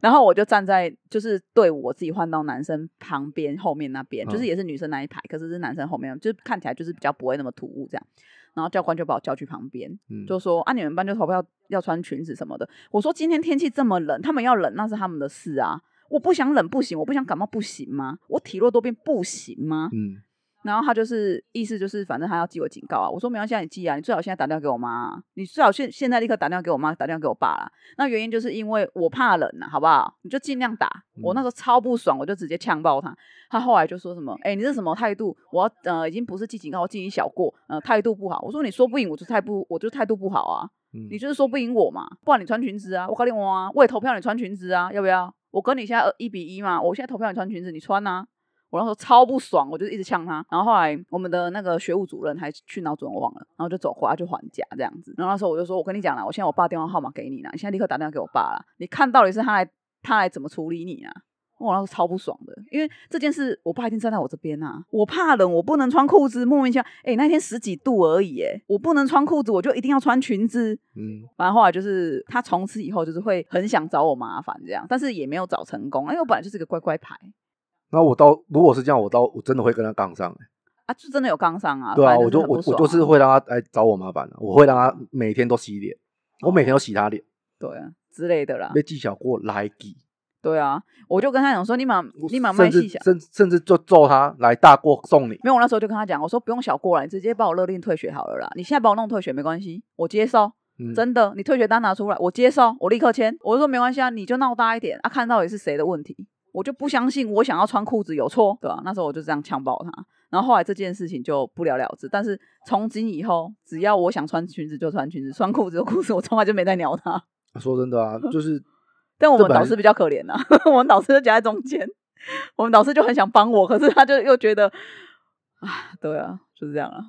S2: 然后我就站在就是队伍我自己换到男生旁边后面那边，就是
S1: 嗯
S2: 也是女生那一排，可是是男生后面，就是看起来就是比较不会那么突兀这样。然后教官就把我叫去旁边，
S1: 嗯
S2: 就说啊，你们班就投票要穿裙子什么的。我说今天天气这么冷，他们要冷那是他们的事啊，我不想冷不行，我不想感冒不行吗？我体弱多病不行吗？
S1: 嗯，
S2: 然后他就是意思就是，反正他要记我警告啊。我说没关系，啊，你记啊，你最好现在打电话给我妈、啊，你最好现现在立刻打电话给我妈，打电话给我爸啦。那原因就是因为我怕冷呐、啊好不好？你就尽量打。我那时候超不爽，我就直接呛爆他。他后来就说什么：“哎、你这什么态度？我要呃，已经不是记警告，我记你小过，呃，态度不好。”我说：“你说不赢，我就态不，我就态度不好啊。
S1: 嗯
S2: 你就是说不赢我嘛，不然你穿裙子啊，我搞你我啊，我也投票你穿裙子啊，要不要？我跟你现在呃一比一嘛，我现在投票你穿裙子，你穿啊。”我那时候超不爽，我就一直呛他。然后后来我们的那个学务主任还去哪主任我忘了，然后就走回来就还价这样子。然后那时候我就说，我跟你讲啦，我现在我爸电话号码给你啦，你现在立刻打电话给我爸啦，你看到底是他来他来怎么处理你啊？我那时候超不爽的，因为这件事我爸一定站在我这边啊，我怕冷，我不能穿裤子，莫名其妙，哎、那天十几度而已、哎，我不能穿裤子，我就一定要穿裙子，
S1: 嗯，
S2: 反正后来就是他从此以后就是会很想找我麻烦这样，但是也没有找成功，因为我本来就是个乖乖牌，
S1: 那我到如果是这样，我到我真的会跟他杠上、欸。
S2: 啊，就真的有杠上啊。
S1: 对啊，
S2: 反正
S1: 我就是我
S2: 很不
S1: 我
S2: 爽啊
S1: 就是会让他来找我麻烦的，啊我会让他每天都洗脸，我每天都洗他脸，
S2: 对哦啊之类的啦
S1: 被。纪晓过来给，
S2: 对啊，我就跟他讲说，你妈
S1: 我
S2: 你妈卖
S1: 甚至
S2: 细小。
S1: 甚甚至就揍他来大过送你，
S2: 没有，我那时候就跟他讲，我说不用小过来，你直接把我勒令退学好了啦。你现在把我弄退学没关系，我接受，
S1: 嗯，
S2: 真的，你退学单拿出来，我接受，我立刻签。我就说没关系啊，你就闹大一点啊，看到底是谁的问题，我就不相信我想要穿裤子有错，对啊，那时候我就这样呛爆他，然后后来这件事情就不了了之。但是从今以后，只要我想穿裙子就穿裙子，穿裤子就裤子，我从来就没再鸟他。
S1: 说真的
S2: 嗯
S1: 啊，就是
S2: 但我
S1: 这
S2: 们
S1: 本来
S2: 导师比较可怜呐、啊 我们导师就夹在中间，我们导师就很想帮我，可是他就又觉得，啊，对啊，就是这样啊。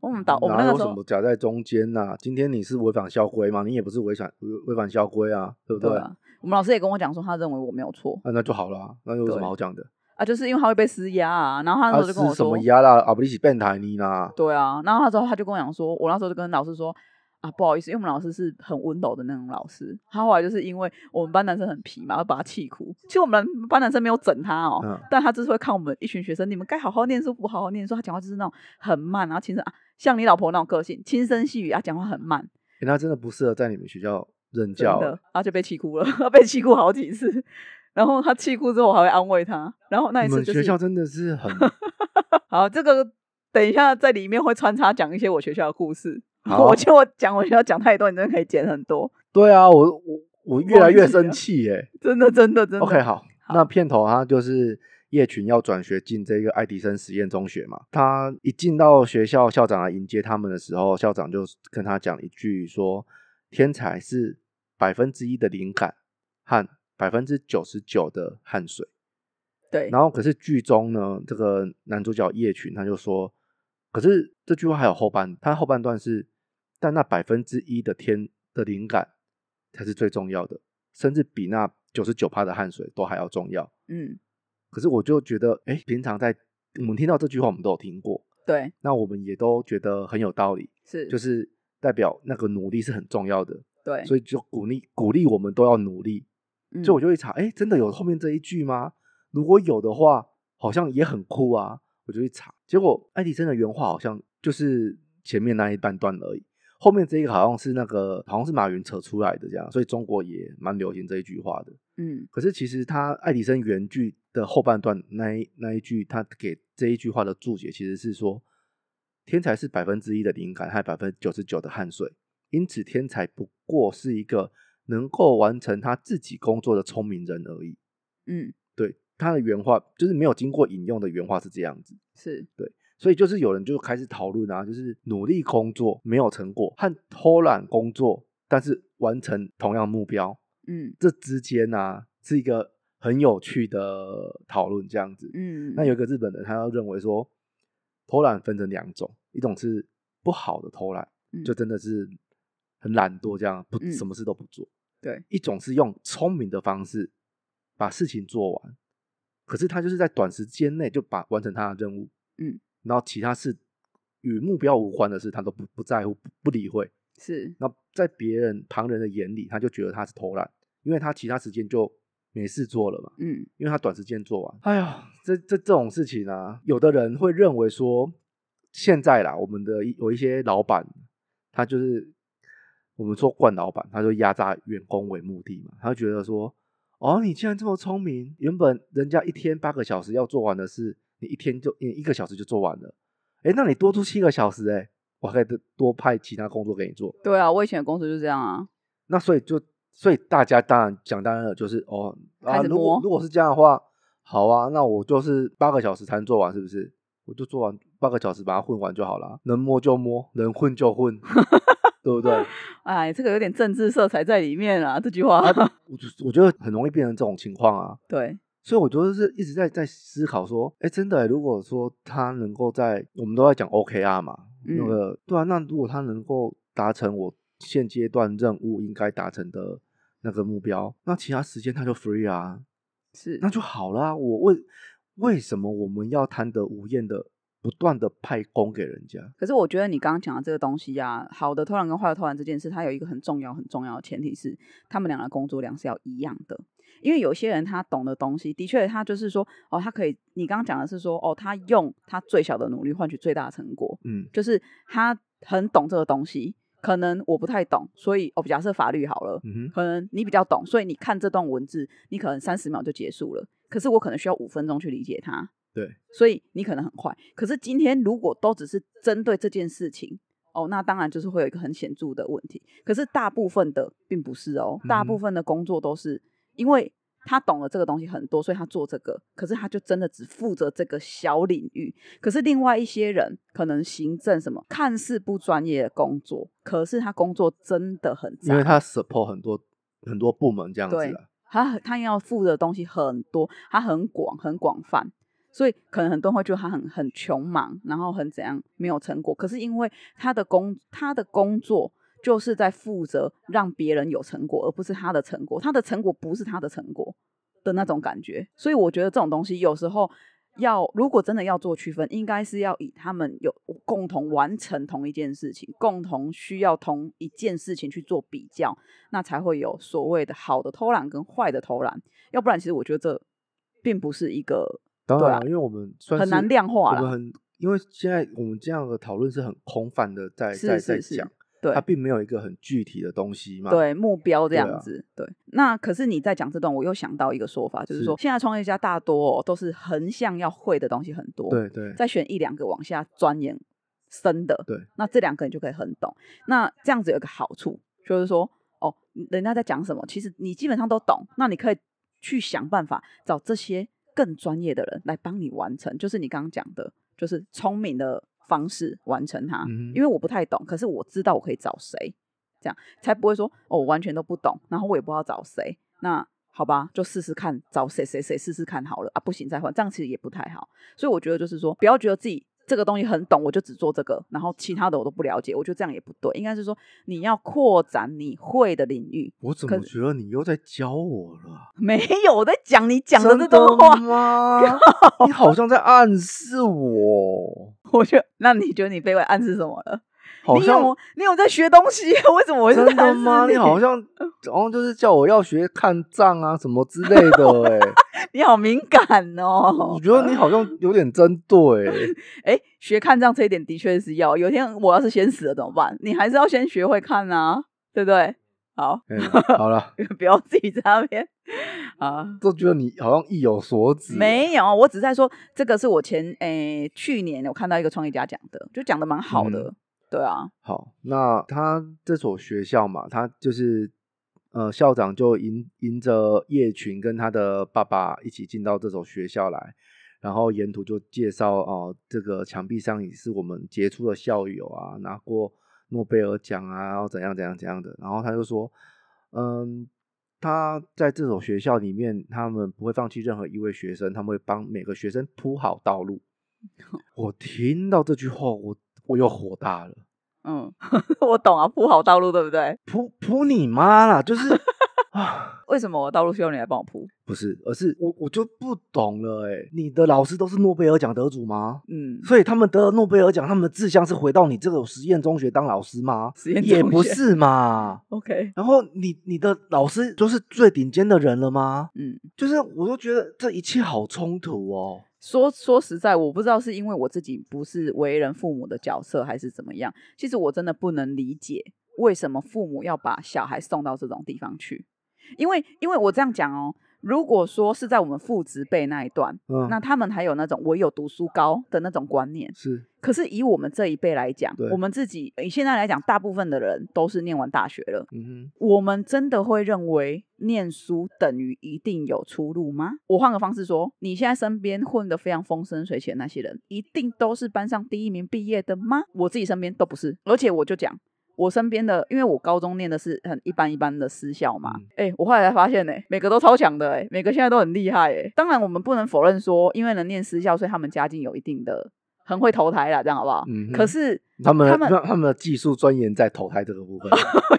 S2: 我们导我
S1: 嗯
S2: 们
S1: 哪
S2: 那
S1: 有
S2: 个时
S1: 什
S2: 候
S1: 么，夹在中间呐、今天你是违反校规嘛，你也不是违反违违反校规啊，对不对？
S2: 啊，我们老师也跟我讲说，他认为我没有错
S1: 啊那就好了，那有什
S2: 对
S1: 么好讲的？
S2: 啊，就是因为他会被施压啊。然后他那
S1: 啊，
S2: 时候就跟我
S1: 是什
S2: 说，
S1: 么压啦？啊，不是变态你啦，
S2: 对啊，然后那时候他就跟我讲说，我那时候就跟老师说。啊，不好意思，因为我们老师是很温柔的那种老师，他后来就是因为我们班男生很皮嘛，要把他气哭。其实我们班男生没有整他哦，
S1: 嗯
S2: 但他就是会看我们一群学生，你们该好好念书，不好好念书。他讲话就是那种很慢，然后轻声啊，像你老婆那种个性，轻声细语啊，讲话很慢，
S1: 欸那真的不适合在你们学校任
S2: 真
S1: 教欸。，
S2: 的然后就被气哭了， 被气哭好几次。 然后他气哭之后，我还会安慰他。然后那一
S1: 你
S2: 次
S1: 们
S2: 就
S1: 学
S2: 是，
S1: 校真的是很
S2: 好，这个等一下在里面会穿插讲一些我学校的故事。
S1: 好啊
S2: 我觉得我讲我学校讲太多，你真的可以剪很多，
S1: 对啊，我我我越来越
S2: 忘记
S1: 生
S2: 了
S1: 气哎、
S2: 真的真的真的。
S1: OK，好，那片头他就是叶群要转学进这个爱迪生实验中学嘛。他一进到学校，校长来迎接他们的时候，校长就跟他讲一句说：“天才是百分之一的灵感和百分之九十九的汗水。”
S2: 对，
S1: 然后可是剧中呢，这个男主角叶群他就说，可是这句话还有后半，他后半段是，但那百分之一的天的灵感才是最重要的，甚至比那九十九趴的汗水都还要重要。
S2: 嗯，
S1: 可是我就觉得，哎，平常在我们听到这句话，我们都有听过，
S2: 对，
S1: 那我们也都觉得很有道理，
S2: 是，
S1: 就是是代表那个努力是很重要的，
S2: 对，
S1: 所以就鼓励鼓励我们都要努力。
S2: 以
S1: 所以我就会查，哎，真的有后面这一句吗？如果有的话，好像也很酷啊，我就去查。结果爱迪生的原话好像就是前面那一半段而已，后面这一个好像是那个好像是马云扯出来的这样，所以中国也蛮流行这一句话的。
S2: 嗯
S1: 可是其实他爱迪生原句的后半段那一那一句，他给这一句话的注解其实是说，天才是百分之一的灵感和百分之九十九的汗水，因此天才不过是一个能够完成他自己工作的聪明人而已。
S2: 嗯
S1: 对他的原话，就是没有经过引用的原话是这样子。
S2: 是，
S1: 所以就是有人就开始讨论啊，就是努力工作没有成果和偷懒工作，但是完成同样目标，
S2: 嗯
S1: 这之间呢、是一个很有趣的讨论，这样子。
S2: 嗯，
S1: 那有一个日本人，他要认为说，偷懒分成两种，一种是不好的偷懒，
S2: 嗯
S1: 就真的是很懒惰，这样不、
S2: 嗯
S1: 什么事都不做；
S2: 对，
S1: 一种是用聪明的方式把事情做完，可是他就是在短时间内就把完成他的任务，
S2: 嗯，
S1: 然后其他事与目标无关的事，他都不不在乎，不不理会。
S2: 是，
S1: 那在别人旁人的眼里，他就觉得他是偷懒，因为他其他时间就没事做了嘛，
S2: 嗯
S1: 因为他短时间做完。哎呀，这这这种事情啊，有的人会认为说，现在啦，我们的一有一些老板，他就是我们说惯老板，他就压榨员工为目的嘛，他就觉得说，哦，你既然这么聪明，原本人家一天八个小时要做完的事，你一天就你一个小时就做完了，哎，那你多出七个小时、诶哎，我还可以多派其他工作给你做。
S2: 对啊，我以前的公司就这样啊，
S1: 那所以就所以大家当然讲当然了，就是哦啊，
S2: 开始
S1: 如果
S2: 摸
S1: 如果是这样的话，好啊，那我就是八个小时才能做完，是不是？我就做完八个小时把它混完就好了，能摸就摸，能混就 混，对啊不对？
S2: 哎，这个有点政治色彩在里面啊，这句话，
S1: 啊我就我觉得很容易变成这种情况啊。
S2: 对，
S1: 所以我就是一直在在思考说，哎，真的耶，如果说他能够在我们都在讲 OKR 嘛，那
S2: 嗯
S1: 个对啊，那如果他能够达成我现阶段任务应该达成的那个目标，那其他时间他就 free 啊，
S2: 是
S1: 那，就好啦。我为为什么我们要贪得无厌的不断的派工给人家？
S2: 可是我觉得你刚刚讲的这个东西啊，好的偷懒跟坏的偷懒这件事，它有一个很重要、很重要的前提是，他们俩的工作量是要一样的。因为有些人他懂的东西，的确他就是说，哦，他可以，你刚刚讲的是说，哦，他用他最小的努力换取最大的成果，
S1: 嗯，
S2: 就是他很懂这个东西。可能我不太懂，所以哦，假设法律好了，
S1: 嗯哼，
S2: 可能你比较懂，所以你看这段文字，你可能三十秒就结束了，可是我可能需要五分钟去理解它。
S1: 对，
S2: 所以你可能很快。可是今天如果都只是针对这件事情，哦，那当然就是会有一个很显著的问题。可是大部分的并不是哦，大部
S1: 嗯
S2: 分的工作都是因为他懂了这个东西很多，所以他做这个，可是他就真的只负责这个小领域。可是另外一些人，可能行政什么看似不专业的工作，可是他工作真的很杂
S1: 因为他 support 很多很多部门这样子
S2: 对
S1: 啊，
S2: 他他要负的东西很多，他很广很广泛，所以可能很多人会觉得他很很穷忙，然后很怎样没有成果。可是因为他的工他的工作就是在负责让别人有成果，而不是他的成果，他的成果不是他的成果的那种感觉。所以我觉得这种东西有时候。要如果真的要做区分，应该是要以他们有共同完成同一件事情，共同需要同一件事情去做比较，那才会有所谓的好的偷懒跟坏的偷懒。要不然，其实我觉得这并不是一个
S1: 当
S2: 对
S1: 然
S2: 啊
S1: 啊，因为我们算
S2: 很
S1: 是
S2: 难量
S1: 我
S2: 化
S1: 们
S2: 了。
S1: 很因为现在我们这样的讨论是很空泛的在在
S2: 是
S1: 在
S2: 是是
S1: 讲，，
S2: 对
S1: 它并没有一个很具体的东西嘛。
S2: 对，目标这
S1: 对
S2: 样
S1: 啊
S2: 子。对，那可是你在讲这段，我又想到一个说法，就是
S1: 是
S2: 说现在创业家大多、哦、都是横向要会的东西很多，
S1: 对对，
S2: 再选一两个往下钻研深的，
S1: 对，
S2: 那这两个你就可以很懂。那这样子有一个好处，就是说，哦，人家在讲什么，其实你基本上都懂，那你可以去想办法找这些更专业的人来帮你完成，就是你刚刚讲的，就是聪明的方式完成它。
S1: 嗯哼
S2: 因为我不太懂，可是我知道我可以找谁，这样才不会说哦，我完全都不懂，然后我也不知道找谁。那好吧，就试试看，找谁谁谁试试看好了啊，不行再换，这样其实也不太好。所以我觉得就是说，不要觉得自己这个东西很懂，我就只做这个，然后其他的我都不了解，我觉得这样也不对。应该是说你要扩展你会的领域。
S1: 我怎
S2: 可
S1: 么觉得你又在教我了？
S2: 没有，我在讲你讲的
S1: 真
S2: 这段话，
S1: 吗？你好像在暗示我，
S2: 我觉得 那你觉得你被我暗示什么了？
S1: 好
S2: 你
S1: 像
S2: 有你有在学东西？啊 为什么我是在
S1: 真
S2: 暗
S1: 的
S2: 示
S1: 吗？
S2: 你
S1: 你好像好像就是叫我要学看账啊什么之类的、 欸，
S2: 你好敏感哦
S1: 我。觉得你好像有点针对、 欸
S2: 哎，学看账这一点的确是要，有一天我要是先死了怎么办？你还是要先学会看啊，对不对？好，
S1: 嗯好了，
S2: 不要自己在那边 啊。
S1: 都觉得你好像意有所指，
S2: 没有，我只是在说这个是我前诶去年我看到一个创业家讲的，就讲的蛮好的。
S1: 嗯
S2: 对啊，
S1: 好，那他这所学校嘛，他就是呃，校长就迎迎着叶群跟他的爸爸一起进到这所学校来，然后沿途就介绍哦、这个墙壁上也是我们杰出的校友啊，拿过诺贝尔奖啊，然后怎样怎样怎样的，然后他就说，嗯。他在这所学校里面，他们不会放弃任何一位学生，他们会帮每个学生铺好道路。我听到这句话，我我又火大了。
S2: 嗯， 我懂啊，铺好道路，对不对？
S1: 扑扑你妈啦！就是啊，
S2: 为什么我道路需要你来帮我铺？
S1: 不是，而是我我就不懂了哎、你的老师都是诺贝尔奖得主吗？
S2: 嗯，
S1: 所以他们得了诺贝尔奖，他们的志向是回到你这个实验中学当老师吗？
S2: 实验
S1: 也
S2: 中
S1: 不
S2: 学
S1: 是嘛。
S2: OK，
S1: 然后你你的老师就是最顶尖的人了吗？
S2: 嗯，
S1: 就是我都觉得这一切好冲突哦。
S2: 说说实在，我不知道是因为我自己不是为人父母的角色，还是怎么样。其实我真的不能理解为什么父母要把小孩送到这种地方去，因为因为我这样讲哦，如果说是在我们父职辈那一段，
S1: 嗯，
S2: 那他们还有那种我有读书高的那种观念。
S1: 是
S2: 可是以我们这一辈来讲
S1: 对，
S2: 我们自己以现在来讲，大部分的人都是念完大学了，
S1: 嗯
S2: 我们真的会认为念书等于一定有出路吗？我换个方式说，你现在身边混得非常风生水起的那些人，一定都是班上第一名毕业的吗？我自己身边都不是，而且我就讲。我身边的，因为我高中念的是很一般一般的私校嘛，
S1: 嗯
S2: 哎、我后来才发现、哎，每个都超强的、哎，每个现在都很厉害、哎。当然，我们不能否认说，因为能念私校，所以他们家境有一定的，很会投胎啦，这样好不好？
S1: 嗯哼
S2: 可是
S1: 哼，他们
S2: 他们
S1: 他他们的技术钻研在投胎这个部分，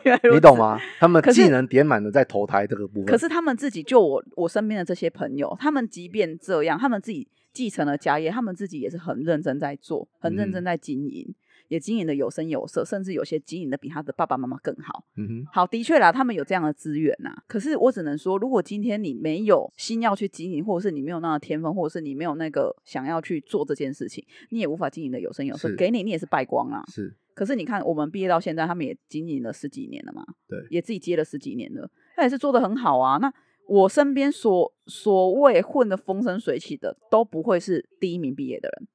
S2: 原 来如
S1: 你懂
S2: 此
S1: 吗？他们
S2: 可
S1: 技
S2: 是
S1: 能点满了在投胎这个部分。
S2: 可是他们自己，就我我身边的这些朋友，他们即便这样，他们自己继承了家业，他们自己也是很认真在做，很认真在经营，也经营的有声有色，甚至有些经营的比他的爸爸妈妈更好。
S1: 嗯哼，
S2: 好，的确啦，他们有这样的资源呐、可是我只能说，如果今天你没有心要去经营，或者是你没有那个天分，或者是你没有那个想要去做这件事情，你也无法经营的有声有色
S1: 是。
S2: 给你，你也是败光啦、
S1: 是。
S2: 可是你看，我们毕业到现在，他们也经营了十几年了嘛，
S1: 对
S2: 也自己接了十几年了，他也是做的很好啊。那我身边所所谓混的风生水起的，都不会是第一名毕业的人。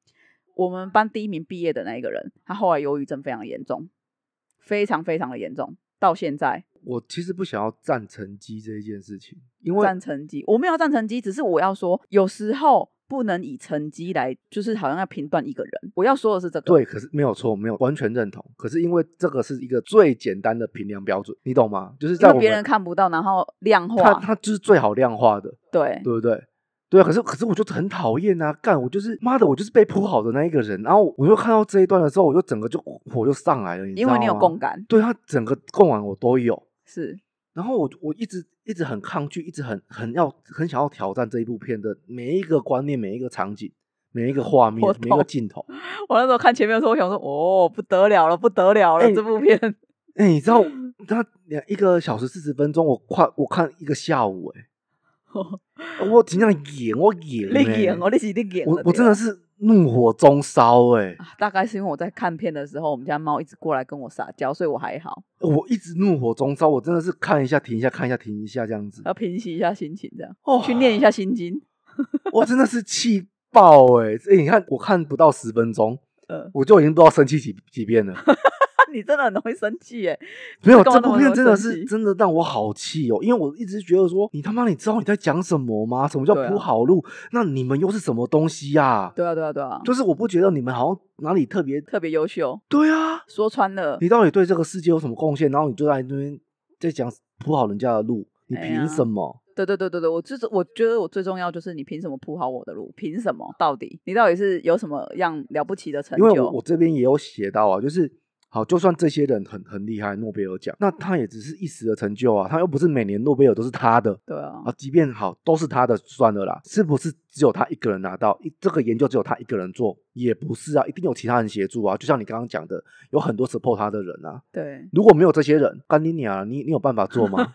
S2: 我们班第一名毕业的那一个人，他后来忧郁症非常严重，非常非常的严重，到现在
S1: 我其实不想要占成绩这一件事情，因为
S2: 占成绩，我没有要占成绩，只是我要说，有时候不能以成绩来，就是好像要评断一个人。我要说的是这个，
S1: 对，可是没有错，没有完全认同。可是因为这个是一个最简单的评量标准，你懂吗？就是在
S2: 因
S1: 我
S2: 为
S1: 们
S2: 别人看不到，然后量
S1: 它
S2: 化，
S1: 它就是最好量化的，
S2: 对，
S1: 对不对？对啊，可是可是我就很讨厌啊！干，我就是妈的，我就是被铺好的那一个人。然后我就看到这一段的时候，我就整个就火就上来了，你知
S2: 因为你有
S1: 道吗
S2: 共感，
S1: 对他整个共感我都有。
S2: 是
S1: 然后我就我一直一直很抗拒，一直很很要很想要挑战这一部片的每一个观念、每一个场景、每一个画面
S2: 我、
S1: 每一个
S2: 懂
S1: 镜头。
S2: 我那时候看前面的时候，我想说，哦，不得了了，不得了了，
S1: 哎
S2: 这部片，
S1: 哎、你知道他两一个小时四十分钟，我快我看一个下午、 哎，我尽量演，我演、
S2: 你
S1: 欸，
S2: 演哦，你是你演了
S1: 我我真
S2: 对
S1: 的
S2: 啊
S1: 是怒火中烧、哎、
S2: 啊大概是因为我在看片的时候，我们家猫一直过来跟我撒娇，所以我还好，
S1: 我一直怒火中烧，我真的是看一下停一下，看一下停一下这 样子，
S2: 要平息一下心情，这样
S1: 哦
S2: 去念一，下心经。
S1: 我真的是气爆、哎、哎，你看我看不到十分钟，
S2: 呃，
S1: 我就已经不知道生气几几遍了。
S2: 你真的很容易生气耶，
S1: 没有
S2: 干
S1: 这
S2: 嘛
S1: 部
S2: 那么
S1: 片
S2: 多
S1: 真的
S2: 生
S1: 是
S2: 气
S1: 真的让我好气哦，因为我一直觉得说，你他妈你知道你在讲什么吗？什么叫
S2: 对啊
S1: 铺好路？那你们又是什么东西呀、
S2: 对啊，对啊，对啊，
S1: 就是我不觉得你们好像哪里特别
S2: 特别优秀。
S1: 对啊，
S2: 说穿了，
S1: 你到底对这个世界有什么贡献？然后你就在那边在讲铺好人家的路，你
S2: 哎
S1: 凭
S2: 呀
S1: 什么？
S2: 对对对对对，我就是我觉得我最重要就是你凭什么铺好我的路？凭什么？到底你到底是有什么样了不起的成
S1: 因
S2: 就？
S1: 为我我这边也有写到啊，就是好，就算这些人很很厉害，诺贝尔奖，那他也只是一时的成就啊，他又不是每年诺贝尔都是他的
S2: 对啊，
S1: 啊，即便好都是他的算了啦，是不是只有他一个人拿到？一这个研究只有他一个人做，也不是啊，一定有其他人协助啊，就像你刚刚讲的，有很多 support 他的人啊，
S2: 对，
S1: 如果没有这些人，干你娘，你你有办法做吗？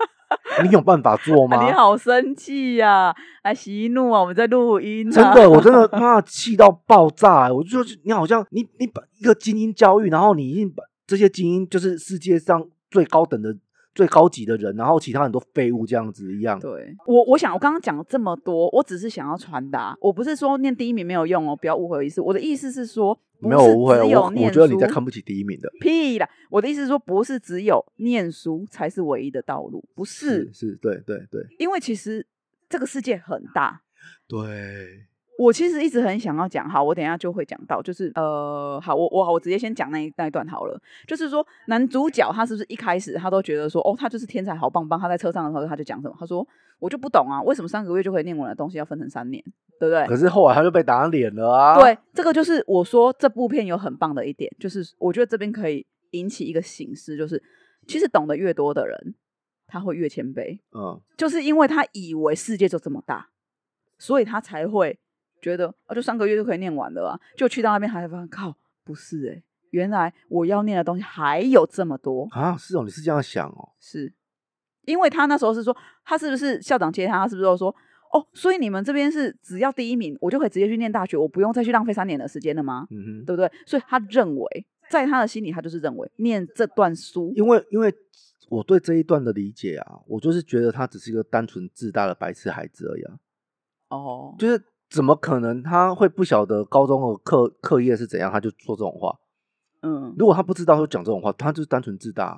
S1: 你有办法做吗？
S2: 啊、你好生气呀、啊，啊息怒啊，我们在录音、啊，
S1: 真的，我真的妈气到爆炸、欸！我就说你好像你你把一个精英教育，然后你已经把这些精英就是世界上最高等的、最高级的人，然后其他很多废物这样子一样。
S2: 对我，我想我刚刚讲了这么多，我只是想要传达，我不是说念第一名没有用哦，不要误会我意思。我的意思是说，不
S1: 没有
S2: 是
S1: 误会，
S2: 只
S1: 我
S2: 有
S1: 我
S2: 念
S1: 觉得你在
S2: 书
S1: 看不起第一名的。
S2: 屁啦！我的意思是说，不是只有念书才是唯一的道路，不是，
S1: 是，对对对
S2: 因为其实这个世界很大。
S1: 对，
S2: 我其实一直很想要讲，好，我等一下就会讲到，就是呃，好，我我好，我直接先讲那一那一段好了。就是说，男主角他是不是一开始他都觉得说，哦，他就是天才，好棒棒。他在车上的时候他就讲什么，他说我就不懂啊，为什么三个月就可以念完的东西要分成三年，对不对？
S1: 可是后来他就被打脸了啊！
S2: 对，这个就是我说这部片有很棒的一点，就是我觉得这边可以引起一个醒思，就是其实懂得越多的人，他会越谦卑，
S1: 嗯，
S2: 就是因为他以为世界就这么大，所以他才会觉得啊，就三个月就可以念完了啊，就去到那边还发现靠，不是诶、欸原来我要念的东西还有这么多，
S1: 啊，是哦，你是这样想哦？
S2: 是因为他那时候是说，他是不是校长接他，他是不是都说哦，所以你们这边是只要第一名，我就可以直接去念大学，我不用再去浪费三年的时间了吗？
S1: 嗯哼，
S2: 对不对？所以他认为，在他的心里，他就是认为念这段书，
S1: 因为因为我对这一段的理解啊，我就是觉得他只是一个单纯自大的白痴孩子而已啊。
S2: 哦，
S1: 就是怎么可能他会不晓得高中的课课业是怎样，他就说这种话？
S2: 嗯，
S1: 如果他不知道，就讲这种话，他就是单纯自大啊。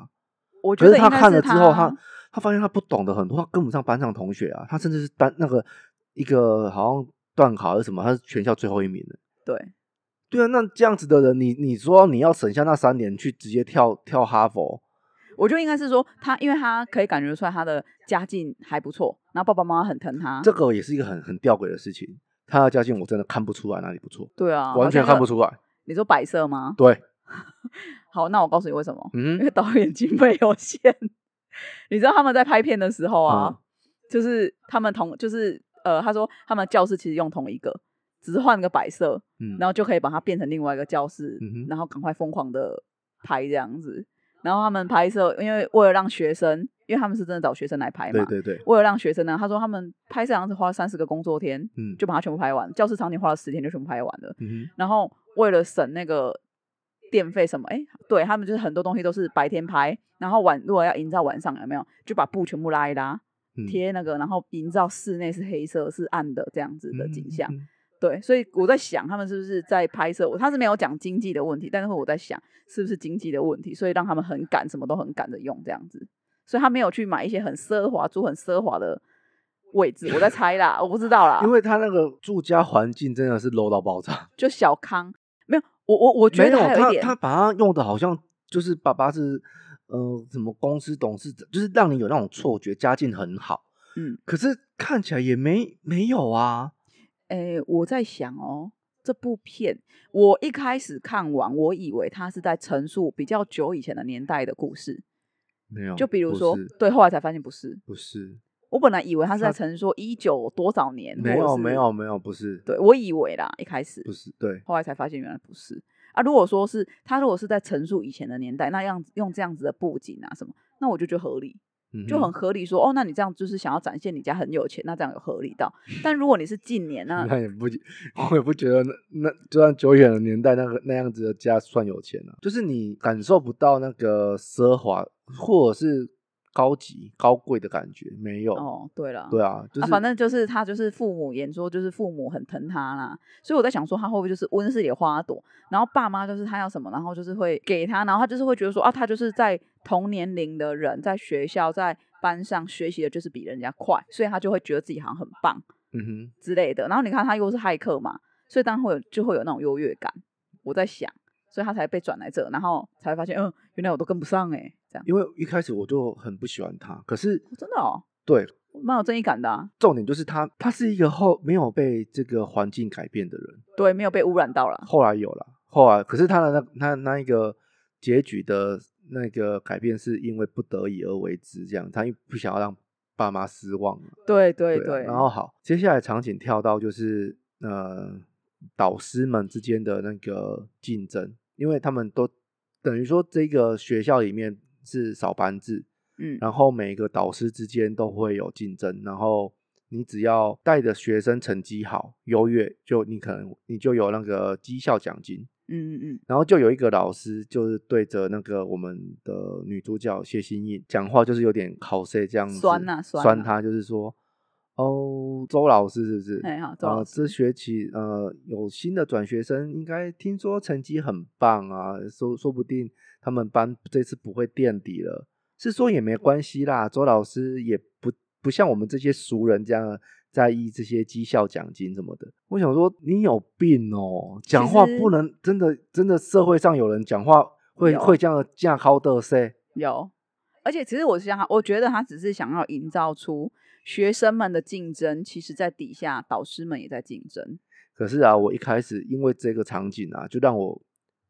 S2: 我觉
S1: 可
S2: 得
S1: 是
S2: 应该
S1: 看了
S2: 是
S1: 之后，
S2: 他
S1: 他他发现他不懂得很多，他跟不上班上同学啊，他甚至是班那个一个好像段考还是什么，他是全校最后一名的。
S2: 对
S1: 对啊，那这样子的人，你你说你要省下那三年去直接跳跳哈佛，
S2: 我觉得应该是说他，因为他可以感觉出来他的家境还不错，然后爸爸妈妈很疼他，
S1: 这个也是一个很很吊诡的事情。他的家境我真的看不出来哪里不错，
S2: 对啊，
S1: 完全看不
S2: 出。
S1: 出来。
S2: 你说白色吗？
S1: 对，
S2: 好，那我告诉你为什么，因
S1: 嗯
S2: 为导演经费有限。 你知道他们在拍片的时候啊，
S1: 嗯
S2: 就是他们同就是呃，他说他们教室其实用同一个，只是换个摆设，
S1: 嗯
S2: 然后就可以把它变成另外一个教室，
S1: 嗯哼
S2: 然后赶快疯狂的拍这样子。然后他们拍摄，因为为了让学生，因为他们是真的找学生来拍嘛，
S1: 对对对，
S2: 为了让学生呢，他说他们拍摄好像是花了三十个工作天，
S1: 嗯
S2: 就把它全部拍完，教室场景花了十天就全部拍完了。
S1: 嗯
S2: 然后为了省那个电费什么，哎，对他们就是很多东西都是白天拍，然后晚如果要营造晚上有没有，就把布全部拉一拉，
S1: 哼，嗯
S2: 贴那个，然后营造室内是黑色是暗的这样子的景象。
S1: 嗯嗯嗯
S2: 对，所以我在想，他们是不是在拍摄？他是没有讲经济的问题，但是我在想，是不是经济的问题，所以让他们很赶，什么都很赶着用这样子，所以他没有去买一些很奢华、租很奢华的位置。我在猜啦，我不知道啦，
S1: 因为他那个住家环境真的是 low 到爆炸。
S2: 就小康没有。我我我觉
S1: 没
S2: 得
S1: 有
S2: 还一
S1: 他，
S2: 点，
S1: 他把它用的好像就是爸爸是呃什么公司董事长，就是让你有那种错觉，家境很好，
S2: 嗯，
S1: 可是看起来也没没有啊。
S2: 诶，我在想哦，这部片我一开始看完，我以为他是在陈述比较久以前的年代的故事，
S1: 没有，
S2: 就比如
S1: 哦不
S2: 说
S1: 是，
S2: 对，后来才发现不是。
S1: 不是，
S2: 我本来以为他是在
S1: 他
S2: 陈述一九多少年，
S1: 没
S2: 或者
S1: 有，
S2: 是
S1: 没有，没有，不是，
S2: 对我以为啦，一开始
S1: 不是，对，
S2: 后来才发现原来不是啊。如果说是他，如果是在陈述以前的年代，那样子用这样子的布景啊什么，那我就觉得合理，
S1: 嗯
S2: 就
S1: 哼，
S2: 很合理说。哦，那你这样就是想要展现你家很有钱，那这样有合理到。但如果你是近年啊 呢
S1: 那也不，我也不觉得那那就算久远的年代，那个那样子的家算有钱了、就是你感受不到那个奢华或者是高级高贵的感觉，没有。
S2: 哦，对了，
S1: 对啊，就是、
S2: 啊，反正就是他就是父母演说，就是父母很疼他啦，所以我在想说他会不会就是温室里的花朵，然后爸妈就是他要什么，然后就是会给他，然后他就是会觉得说啊，他就是在同年龄的人，在学校在班上学习的就是比人家快，所以他就会觉得自己好像很棒
S1: 嗯哼，
S2: 之类的。然后你看他又是骇客嘛，所以当然会有就会有那种优越感。我在想，所以他才被转来这，然后才发现，嗯，原来我都跟不上哎、欸，这样
S1: 因为一开始我就很不喜欢他，可是
S2: 哦真的哦，
S1: 对，
S2: 蛮有正义感的、啊，
S1: 重点就是他，他是一个后没有被这个环境改变的人，
S2: 对，没有被污染到了。
S1: 后来有了，后来可是他的那那那一个结局的那个改变，是因为不得已而为之，这样他因为不想要让爸妈失望嘛。
S2: 对对
S1: 啊
S2: 对，
S1: 然后好，接下来场景跳到就是呃导师们之间的那个竞争，因为他们都等于说这个学校里面是少班制，
S2: 嗯，
S1: 然后每个导师之间都会有竞争，然后你只要带的学生成绩好、优越，就你可能你就有那个绩效奖金。
S2: 嗯嗯嗯，
S1: 然后就有一个老师就是对着那个我们的女主角谢欣颖讲话，就是有点考 C 这样子，
S2: 酸呐酸啊呐
S1: 她就是说。哦，周老师是不是？
S2: 哎好周老
S1: 呃，这
S2: 师
S1: 学期呃有新的转学生，应该听说成绩很棒啊，说说不定他们班这次不会垫底了。是说也没关系啦，周老师也不不像我们这些俗人这样在意这些绩效奖金什么的。我想说你有病哦，讲话
S2: 实
S1: 不能真的真的社会上有人讲话会
S2: 有
S1: 会这样这样好的噻，
S2: 有。而且其实我是想，我觉得他只是想要营造出学生们的竞争，其实在底下导师们也在竞争。
S1: 可是啊，我一开始因为这个场景啊，就让我，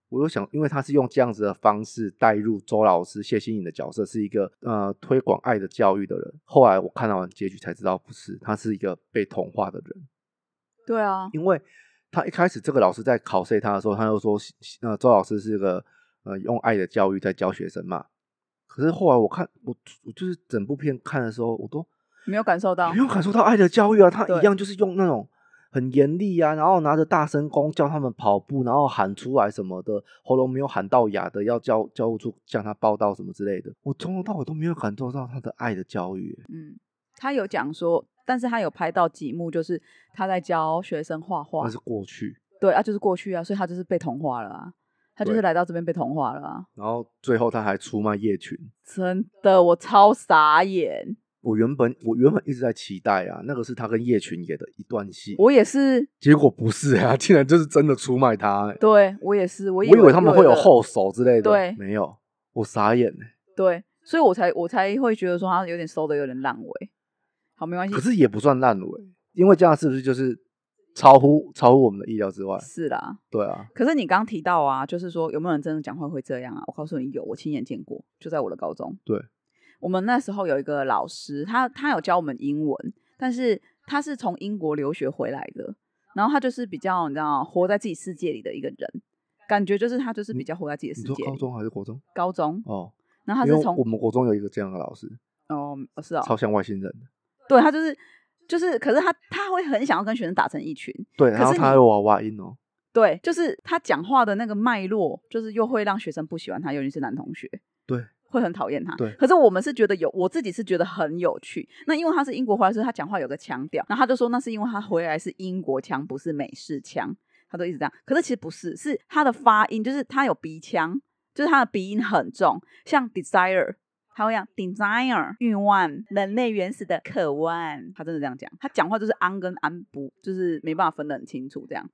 S1: 我又想，因为他是用这样子的方式带入周老师谢欣颖的角色，是一个呃推广爱的教育的人。后来我看到完结局才知道，不是，他是一个被同化的人，
S2: 对啊，
S1: 因为他一开始这个老师在考试他的时候，他就说，呃，周老师是个呃用爱的教育在教学生嘛。可是后来我看我我就是整部片看的时候，我都
S2: 没有感受到
S1: 没。有感受到爱的教育啊，他
S2: 对
S1: 一样就是用那种很严厉啊，然后拿着大声公叫他们跑步，然后喊出来什么的，喉咙没有喊到哑的，要叫教务处向他报道什么之类的。我从头到尾都没有感受到他的爱的教育，
S2: 嗯，他有讲说，但是他有拍到几幕，就是他在教学生画画
S1: 那。是过去。
S2: 对啊，就是过去啊，所以他就是被同化了啊，他就是
S1: 对
S2: 来到这边被同化了啊。
S1: 然后最后他还出卖叶群。
S2: 真的，我超傻眼。
S1: 我原本我原本一直在期待啊，那个是他跟叶群演的一段戏，
S2: 我也是，
S1: 结果不是啊，竟然就是真的出卖他欸、
S2: 对我也是，我以
S1: 我以为他们会有
S2: 一个
S1: 后手之类的，
S2: 对
S1: 没有，我傻眼欸
S2: 对，所以我才我才会觉得说他有点收的有点烂尾。好，没关系
S1: 可，是也不算烂尾，因为这样是不是就是超乎超乎我们的意料之外？
S2: 是啦。
S1: 对啊，
S2: 可是你刚提到啊，就是说有没有人真的讲话会这样啊？我告诉你，有，我亲眼见过，就在我的高中。
S1: 对，
S2: 我们那时候有一个老师，他他有教我们英文，但是他是从英国留学回来的，然后他就是比较你知道活在自己世界里的一个人，感觉就是他就是比较活在自己的
S1: 你
S2: 世
S1: 说
S2: 界里。
S1: 高中还是国中？
S2: 高中，
S1: 哦，
S2: 然后他
S1: 因
S2: 是
S1: 为
S2: 从
S1: 我们国中有一个这样的老师，
S2: 哦哦是哦，
S1: 超像外星人的。
S2: 对他就是就是，可是他他会很想要跟学生打成一群，
S1: 对，
S2: 可
S1: 然后
S2: 是
S1: 他还
S2: 你
S1: 有娃娃音哦，
S2: 对，就是他讲话的那个脉络，就是又会让学生不喜欢他，尤其是男同学。
S1: 对。
S2: 会很讨厌他，
S1: 对
S2: 可是我们是觉得有，我自己是觉得很有趣。那因为他是英国回来，所以他讲话有个腔调，然后他就说那是因为他回来是英国腔，不是美式腔，他都一直这样。可是其实不是，是他的发音，就是他有鼻腔，就是他的鼻音很重，像 desire，他会讲 desire 欲望，人类原始的渴望，他真的这样讲。他讲话就是安跟安不，就是没办法分得很清楚这样。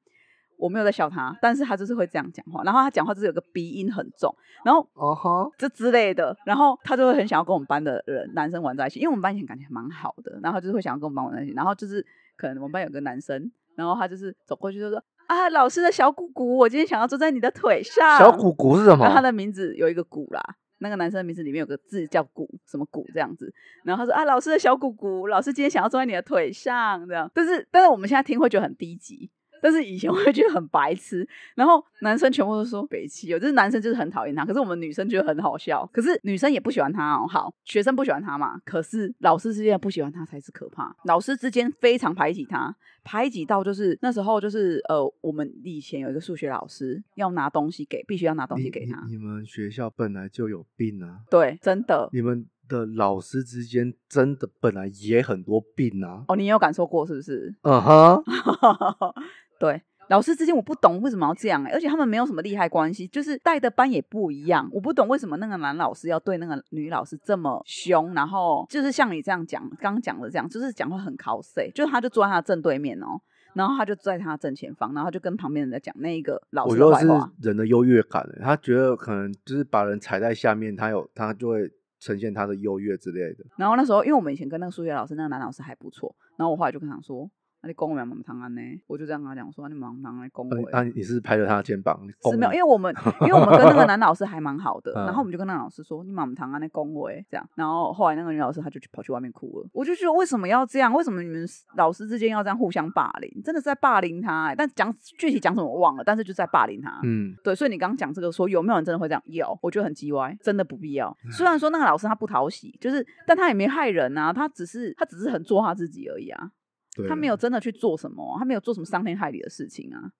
S2: 我没有在笑他，但是他就是会这样讲话，然后他讲话就是有个鼻音很重，然后
S1: 哦哈，
S2: 这之类的，然后他就会很想要跟我们班的人男生玩在一起，因为我们班以前感情还蛮好的，然后他就是会想要跟我们班玩在一起，然后就是可能我们班有个男生，然后他就是走过去就说啊，老师的小鼓鼓，我今天想要坐在你的腿上，
S1: 小鼓鼓是什么
S2: 啊然后？他的名字有一个鼓啦，那个男生的名字里面有个字叫鼓，什么鼓这样子。然后他说啊，老师的小鼓鼓，老师今天想要坐在你的腿上这样。但是但是我们现在听会觉得很低级，但是以前会觉得很白痴。然后男生全部都说北气哦，就是男生就是很讨厌他，可是我们女生觉得很好笑，可是女生也不喜欢他哦。好，学生不喜欢他嘛，可是老师之间不喜欢他才是可怕，老师之间非常排挤他，排挤到就是那时候就是呃，我们以前有一个数学老师要拿东西给，必须要拿东
S1: 你
S2: 西给他
S1: 你，你们学校本来就有病啊，
S2: 对，真的
S1: 你们的老师之间真的本来也很多病啊。
S2: 哦，你也有感受过是不是？
S1: 嗯哼，
S2: 对，老师之间我不懂为什么要这样、欸，而且他们没有什么利害关系，就是带的班也不一样，我不懂为什么那个男老师要对那个女老师这么凶，然后就是像你这样讲，刚刚讲的这样，就是讲话很 cos，就是他就坐在他的正对面哦。然后他就在他正前方，然后就跟旁边人在讲那一个老
S1: 我
S2: 师
S1: 觉
S2: 的
S1: 得
S2: 坏
S1: 是
S2: 话。
S1: 人的优越感欸，他觉得可能就是把人踩在下面，他有他就会呈现他的优越之类的。
S2: 然后那时候，因为我们以前跟那个数学老师，那个男老师还不错，然后我后来就跟他说：“那你攻我们唐啊安呢？”我就这样跟他讲啊说：“你忙忙来攻
S1: 那哦你
S2: 我。”
S1: 那啊你是拍着他的肩膀，
S2: 是没有，因
S1: 为
S2: 为 我们因为我们跟那个男老师还蛮好的，
S1: 嗯
S2: 然后我们就跟那个老师说，你满堂啊那恭维这样，然后后来那个女老师她就去跑去外面哭了，我就觉得为什么要这样？为什么你们老师之间要这样互相霸凌？真的是在霸凌他、欸，但讲具体讲什么我忘了，但是就是在霸凌他。
S1: 嗯，
S2: 对，所以你刚刚讲这个说有没有人真的会这样？有，我觉得很鸡歪，真的不必要。
S1: 嗯
S2: 虽然说那个老师他不讨喜，就是但他也没害人啊，他只是他只是很做他自己而已啊。
S1: 对，
S2: 他没有真的去做什么啊，他没有做什么伤天害理的事情啊。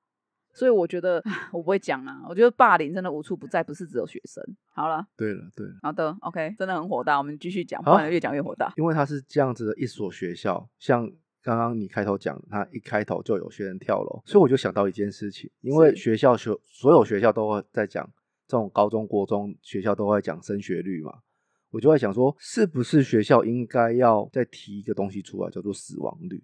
S2: 所以我觉得， 唉我不会讲啊。我觉得霸凌真的无处不在，不是只有学生。好了，
S1: 对了对了，
S2: 好的，OK，真的很火大，我们继续讲，不
S1: 好
S2: 然越讲越火大。
S1: 因为他是这样子的一所学校，像刚刚你开头讲的，他一开头就有学生跳楼，所以我就想到一件事情，因为
S2: 是
S1: 学校学所有学校都会在讲这种高中国中学校都会讲升学率嘛。我就在想说，是不是学校应该要再提一个东西出来，叫做死亡率？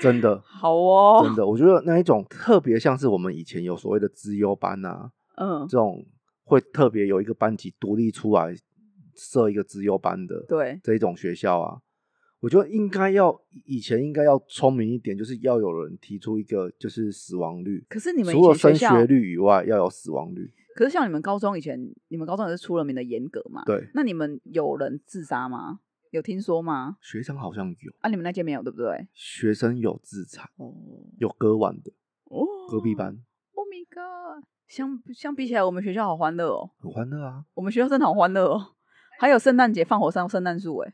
S1: 真的，
S2: 好哦，
S1: 真的，我觉得那一种特别像是我们以前有所谓的资优班啊，
S2: 嗯，
S1: 这种会特别有一个班级独立出来设一个资优班的，
S2: 对，
S1: 这一种学校啊，我觉得应该要以前应该要聪明一点，就是要有人提出一个就是死亡率，
S2: 可是你们以
S1: 除了
S2: 前
S1: 升
S2: 学校
S1: 学，率以外，要有死亡率。
S2: 可是像你们高中以前，你们高中也是出了名的严格嘛？
S1: 对，
S2: 那你们有人自杀吗？有听说吗？
S1: 学生好像有，
S2: 啊，你们那届没有，对不对？
S1: 学生有自残，
S2: 哦
S1: 有割腕的，
S2: 哦，
S1: 隔壁班
S2: ，Oh my god！相相比起来，我们学校好欢乐哦。
S1: 很欢乐啊，
S2: 我们学校真的好欢乐哦，还有圣诞节放火烧圣诞树，哎，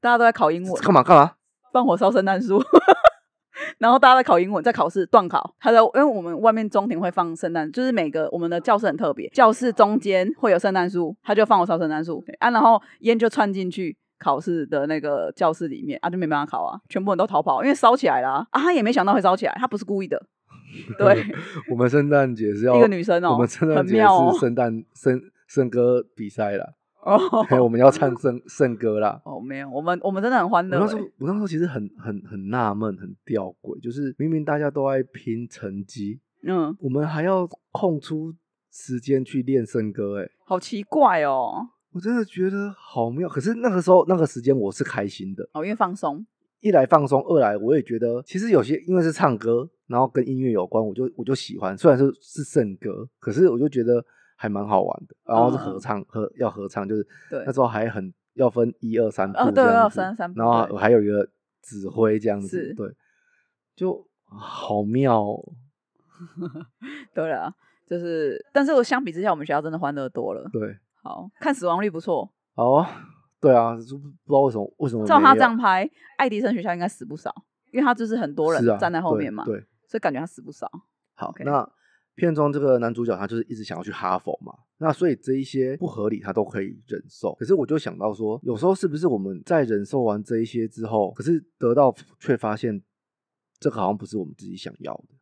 S2: 大家都在考英文，
S1: 干嘛干嘛？
S2: 放火烧圣诞树， 然后大家在考英文，在考试断考，他的因为我们外面中庭会放圣诞，就是每个我们的教室很特别，教室中间会有圣诞树，他就放火烧圣诞树啊，然后烟就窜进去。考试的那个教室里面啊，就没办法考啊，全部人都逃跑，因为烧起来了啊啊他也没想到会烧起来，他不是故意的， 对，
S1: 我们圣诞节是要
S2: 一个女生哦
S1: 我们圣诞
S2: 很
S1: 节
S2: 妙哦
S1: 是圣诞圣圣歌比赛啦，
S2: 哦
S1: 嘿我们要唱圣圣歌啦。
S2: 哦，没有，我们我们真的很欢
S1: 我
S2: 乐、
S1: 那时候，
S2: 欸，
S1: 我那时候其实很很很纳闷，很吊诡，就是明明大家都爱拼成绩，
S2: 嗯，
S1: 我们还要空出时间去练圣歌、欸，哎，
S2: 好奇怪哦，
S1: 我真的觉得好妙。可是那个时候那个时间我是开心的，
S2: 哦，因为放松，
S1: 一来放松，二来我也觉得其实有些因为是唱歌，然后跟音乐有关，我就我就喜欢。虽然是是圣歌，可是我就觉得还蛮好玩的。然后是合
S2: 嗯
S1: 唱，合要合唱，就是
S2: 对
S1: 那，时候还很要分一二三步
S2: 哦
S1: 这
S2: 对
S1: 样
S2: 二
S1: 子
S2: 三三步
S1: 然后
S2: 对
S1: 还还有一个指挥这样子
S2: 是，
S1: 对，就好妙、哦。
S2: 对了，就是，但是我相比之下，我们学校真的欢乐多了。
S1: 对，
S2: 好看死亡率不错，
S1: 好啊，对啊，就不不知道为什么为什么
S2: 照
S1: 呃没
S2: 他
S1: 有
S2: 这样拍，爱迪生学校应该死不少，因为他就是很多人
S1: 是啊
S2: 站在后
S1: 对
S2: 面嘛，
S1: 对，
S2: 所以感觉他死不少。
S1: 好
S2: OK
S1: 那片中这个男主角他就是一直想要去哈佛嘛，那所以这一些不合理他都可以忍受。可是我就想到说，有时候是不是我们在忍受完这一些之后，可是得到却发现这个好像不是我们自己想要的，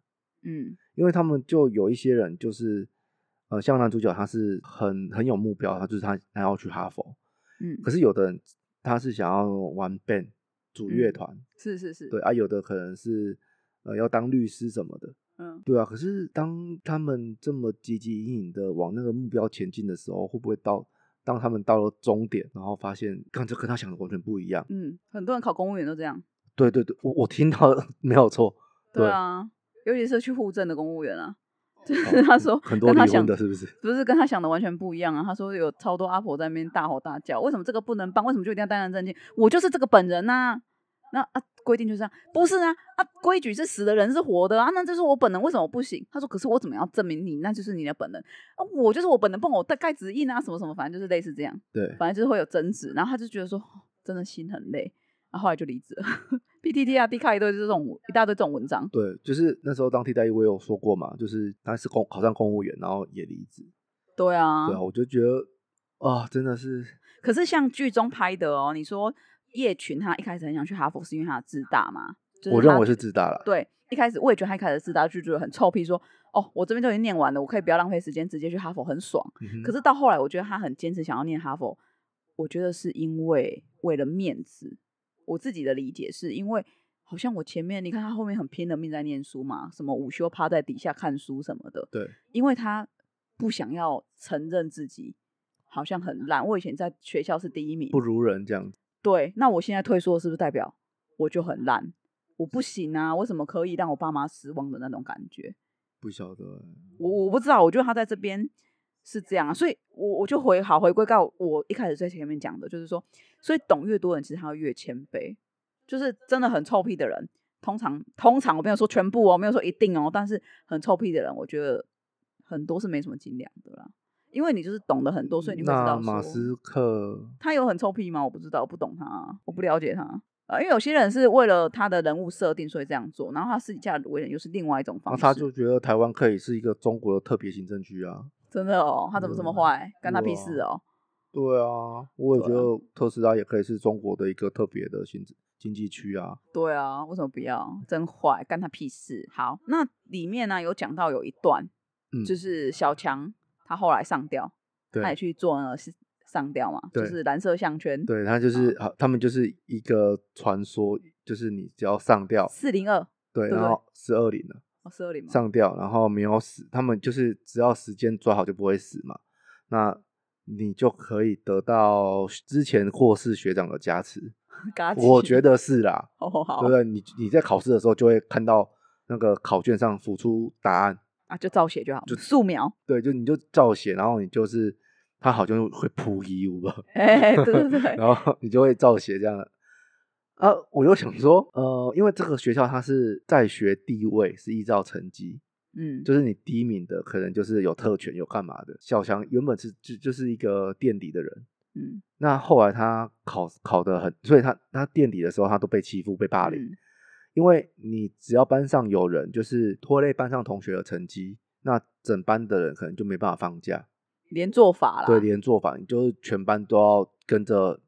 S2: 嗯，
S1: 因为他们就有一些人就是。呃，像男主角他是很很有目标，他就是他他要去哈佛。
S2: 嗯
S1: 可是有的人他是想要玩 band 组乐
S2: 嗯
S1: 团，
S2: 是是是，
S1: 对啊，有的可能是呃要当律师什么的。
S2: 嗯，
S1: 对啊，可是当他们这么汲汲营营的往那个目标前进的时候，会不会到当他们到了终点，然后发现，看这跟他想的完全不一样？
S2: 嗯，很多人考公务员都这样。
S1: 对对对，我我听到的 没有错，
S2: 对
S1: 对哦
S2: 啊，尤其是去户政的公务员啊，就是 他说
S1: 很
S2: 跟
S1: 多
S2: 他
S1: 离婚
S2: 想
S1: 的，是不是？
S2: 不是跟他想的完全不一样啊！他说有超多阿婆在那边大吼大叫，为什么这个不能办？为什么就一定要单人证件？我就是这个本人呐、那啊，规定就是这样，不是啊啊，规矩是死的人是活的啊，那这是我本人，为什么不行？他说，可是我怎么样证明你那就是你的本人啊？我就是我本人，不然我大概指印啊，什么什么，反正就是类似这样，
S1: 对，
S2: 反正就是会有争执，然后他就觉得说，哦真的心很累，然后后来就离职了。PTT 啊，D 卡一堆这种一大堆这种文章，
S1: 对，就是那时候当替代役，我有说过嘛，就是他是公考上公务员，然后也离职。
S2: 对啊，
S1: 对啊，我就觉得啊，真的是
S2: 可是像剧中拍的哦，你说叶群他一开始很想去哈佛，是因为他的自大吗？就是、
S1: 我认为是。自大了。
S2: 对，一开始我也觉得他一开始自大，就觉得很臭屁说，哦，我这边就已经念完了，我可以不要浪费时间，直接去哈佛，很爽。
S1: 嗯哼
S2: 可是到后来，我觉得他很坚持想要念哈佛，我觉得是因为为了面子。我自己的理解是因为，好像我前面你看他后面很拼了命在念书嘛，什么午休趴在底下看书什么的，
S1: 对
S2: 因为他不想要承认自己好像很烂，我以前在学校是第一名，
S1: 嗯不如人这样子。
S2: 对，那我现在退缩是不是代表我就很烂？我不行啊！为什么可以让我爸妈失望的那种感觉？
S1: 不晓得，
S2: 我我不知道，我觉得他在这边是这样啊，所以我我就回好回归到我一开始在前面讲的，就是说，所以懂越多人，其实他会越谦卑，就是真的很臭屁的人，通常通常我没有说全部哦，没有说一定哦，但是很臭屁的人，我觉得很多是没什么斤两的啦，因为你就是懂得很多，所以你会知
S1: 那
S2: 道
S1: 马
S2: 说
S1: 斯克
S2: 他有很臭屁吗？我不知道，我不懂他啊，我不了解他。呃，因为有些人是为了他的人物设定，所以这样做，然后他私底下的为人又是另外一种
S1: 然
S2: 方
S1: 后
S2: 式。
S1: 他就觉得台湾可以是一个中国的特别行政区啊。
S2: 真的哦，他怎么这么
S1: 嗯
S2: 坏？干他屁
S1: 哇
S2: 事哦！
S1: 对啊，我也觉
S2: 对啊
S1: 得特斯拉也可以是中国的一个特别的行政经济区啊。
S2: 对啊，为什么不要？真坏，干他屁事！好，那里面呢、有讲到有一段，
S1: 嗯
S2: 就是小强他后来上吊，他
S1: 对，
S2: 也去做呢是上吊嘛，就
S1: 对
S2: 是蓝色项圈，
S1: 对他就是好，他们就是一个传说，就是你只要上吊，
S2: 四零二
S1: 对，
S2: 对
S1: 然后十二零了。
S2: 哦，四二零嘛，
S1: 上吊，然后没有死，他们就是只要时间抓好就不会死嘛。那你就可以得到之前或是学长的加持，
S2: 嘎叽
S1: 我觉得是啦，
S2: 哦好
S1: 对不对？你你在考试的时候就会看到那个考卷上浮出答案，
S2: 啊，就照写就好，素 描，
S1: 对，就你就照写，然后你就是他好像会扑一五吧，
S2: 哎、对 对对，
S1: 然后你就会照写这样的。啊，我就想说，呃，因为这个学校它是在学地位是依照成绩，
S2: 嗯，
S1: 就是你第一名的可能就是有特权有干嘛的。小强原本是就就是一个垫底的人，
S2: 嗯，
S1: 那后来他考考得很，所以他他垫底的时候他都被欺负被霸凌，
S2: 嗯
S1: 因为你只要班上有人就是拖累班上同学的成绩，那整班的人可能就没办法放假，
S2: 连做法啦，
S1: 对，连做法你就是全班都要跟着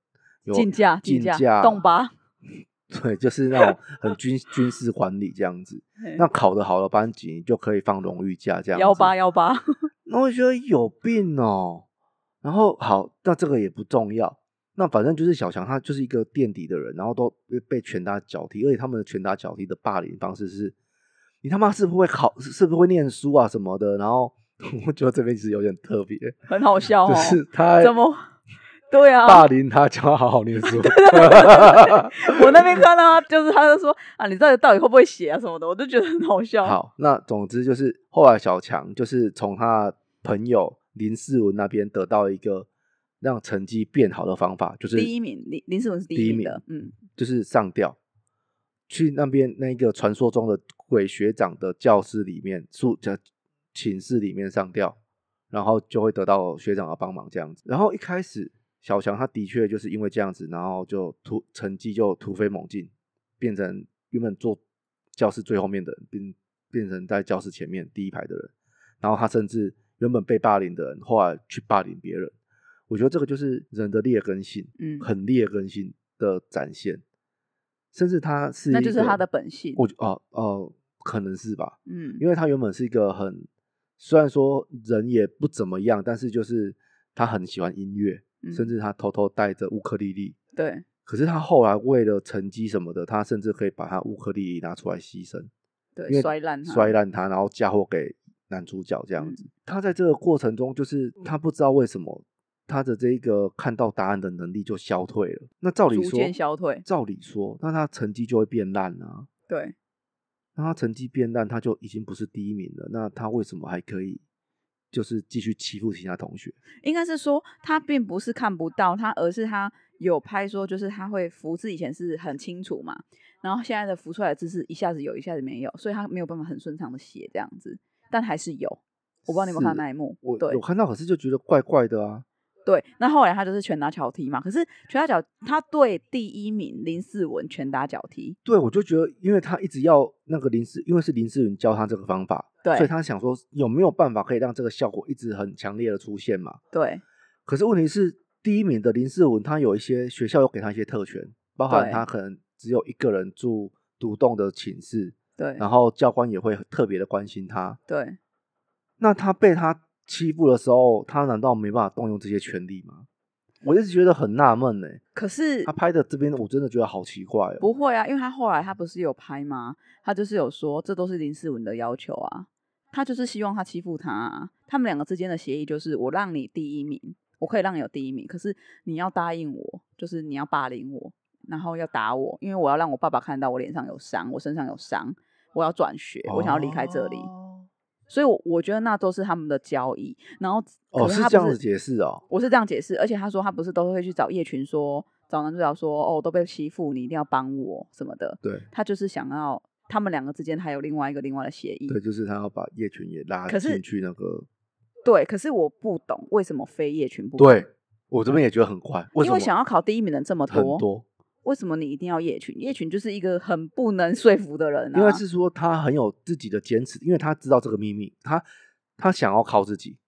S1: 有
S2: 竞价
S1: 竞
S2: 价，
S1: 价
S2: 动，吧，
S1: 对，就是那种很军 军事管理这样子。
S2: 嘿
S1: 那考得好的班级，你就可以放荣誉假这样子。
S2: 幺八幺八，
S1: 那我就觉得有病哦。然后好，那这个也不重要。那反正就是小强，他就是一个垫底的人，然后都被被拳打脚踢，而且他们的拳打脚踢的霸凌方式是，你他妈是不是会考，是不是会念书啊什么的。然后我觉得这边其实有点特别，
S2: 很好笑
S1: 就
S2: 哦，
S1: 是他
S2: 怎么？ 对啊，
S1: 霸凌他，叫他好好念书。
S2: 我那边看到他，就是他就说啊，你到底到底会不会写啊什么的，我就觉得很好笑。
S1: 好，那总之就是后来小强就是从他的朋友林世文那边得到一个让成绩变好的方法，就是
S2: 第一名林林世文是第
S1: 第一
S2: 一名
S1: 名
S2: 的，嗯，
S1: 就是上吊，去那边那个传说中的鬼学长的教室里面宿呃寝室里面上吊，然后就会得到学长的帮忙这样子。然后一开始小强他的确就是因为这样子，然后就突成绩就突飞猛进，变成原本坐教室最后面的人，变变成在教室前面第一排的人。然后他甚至原本被霸凌的人，后来去霸凌别人。我觉得这个就是人的劣根性，
S2: 嗯
S1: 很劣根性的展现，甚至他是
S2: 那
S1: 一
S2: 就是
S1: 个
S2: 他的，本性。
S1: 我觉哦哦，可能是吧，
S2: 嗯，
S1: 因为他原本是一个很，虽然说人也不怎么样，但是就是他很喜欢音乐，
S2: 嗯
S1: 甚至他偷偷带着乌克丽丽，
S2: 对
S1: 可是他后来为了成绩什么的，他甚至可以把他乌克丽丽拿出来牺牲，因
S2: 对
S1: 为
S2: 摔烂他，
S1: 摔烂它，然后嫁祸给男主角这样
S2: 嗯
S1: 子。他在这个过程中，就是他不知道为什么他的这一个看到答案的能力就消退了。那照理
S2: 逐
S1: 说
S2: 渐，消退
S1: 照理说，那他成绩就会变烂啊。
S2: 对，
S1: 那他成绩变烂，他就已经不是第一名了。那他为什么还可以就是继续欺负其他同学？
S2: 应该是说他并不是看不到他，而是他有拍说，就是他会福字以前是很清楚嘛，然后现在的浮出来的字是一下子有，一下子没有，所以他没有办法很顺畅的写这样子，但还是有。我不知道你有没有看到
S1: 是
S2: 那一幕，
S1: 我
S2: 对
S1: 有看到，可是就觉得怪怪的啊。
S2: 对，那后来他就是拳打脚踢嘛。可是拳打脚，他对第一名林世文拳打脚踢，
S1: 对，我就觉得，因为他一直要那个林思，因为是林思云教他这个方法，
S2: 对
S1: 所以他想说有没有办法可以让这个效果一直很强烈的出现嘛？
S2: 对
S1: 可是问题是，第一名的林世文，他有一些学校有给他一些特权，包含
S2: 对
S1: 他可能只有一个人住独栋的寝室，
S2: 对
S1: 然后教官也会特别的关心他。
S2: 对，
S1: 那他被他欺负的时候，他难道没办法动用这些权利吗？我一直觉得很纳闷呢。
S2: 可是
S1: 他拍的这边，我真的觉得好奇怪哦。
S2: 不会啊，因为他后来他不是有拍吗？他就是有说，这都是林世文的要求啊，他就是希望他欺负他、啊。他们两个之间的协议就是，我让你第一名，我可以让你有第一名，可是你要答应我，就是你要霸凌我，然后要打我，因为我要让我爸爸看到我脸上有伤，我身上有伤，我要转学，我想要离开这里。
S1: 哦
S2: 所以我，我觉得那都是他们的交易。然后，
S1: 哦
S2: 可
S1: 是
S2: 他不
S1: 这样子解释哦，
S2: 我是这样解释。而且他说他不是都会去找叶群说，找男主角说，哦，都被欺负，你一定要帮我什么的。
S1: 对
S2: 他就是想要他们两个之间还有另外一个另外的协议。
S1: 对，就是他要把叶群也拉
S2: 嗯可是
S1: 进去那个。
S2: 对可是我不懂为什么非叶群不
S1: 对，我这边也觉得很怪，为什
S2: 因
S1: 么
S2: 为想要考第一名的人这么
S1: 很多？
S2: 为什么你一定要叶群？叶群就是一个很不能说服的人啊。
S1: 应该是说他很有自己的坚持，因为他知道这个秘密，他他想要靠自己。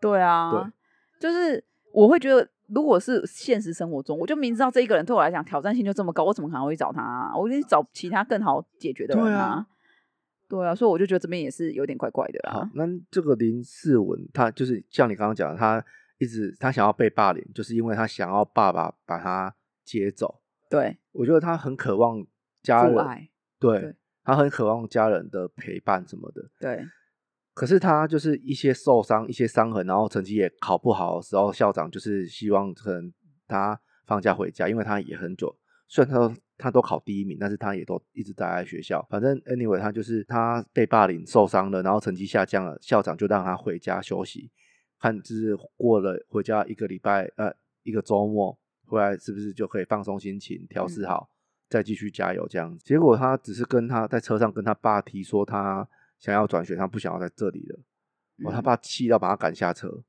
S2: 对啊，就是我会觉得，如果是现实生活中，我就明知道这一个人对我来讲挑战性就这么高，我怎么可能会去找他、啊？我一定找其他更好解决的人
S1: 对啊
S2: 啊。对啊，所以我就觉得这边也是有点怪怪的
S1: 好
S2: 啦。，
S1: 那这个林世文，他就是像你刚刚讲的，他一直他想要被霸凌，就是因为他想要爸爸把他接走。
S2: 对，
S1: 我觉得他很渴望家
S2: 父
S1: 人，
S2: 爱，
S1: 对
S2: 对
S1: 他很渴望家人的陪伴什么的。
S2: 对
S1: 可是他就是一些受伤、一些伤痕，然后成绩也考不好的时候，校长就是希望可能他放假回家，因为他也很久，虽然他都他都考第一名，但是他也都一直待在学校。反正 anyway，他就是他被霸凌受伤了，然后成绩下降了，校长就让他回家休息，看就是过了回家一个礼拜，呃，一个周末回来是不是就可以放松心情，调试好，再继续加油这样。结果他只是跟他在车上跟他爸提说他想要转学，他不想要在这里了。哦，他
S2: 嗯
S1: 爸气到把他赶下车。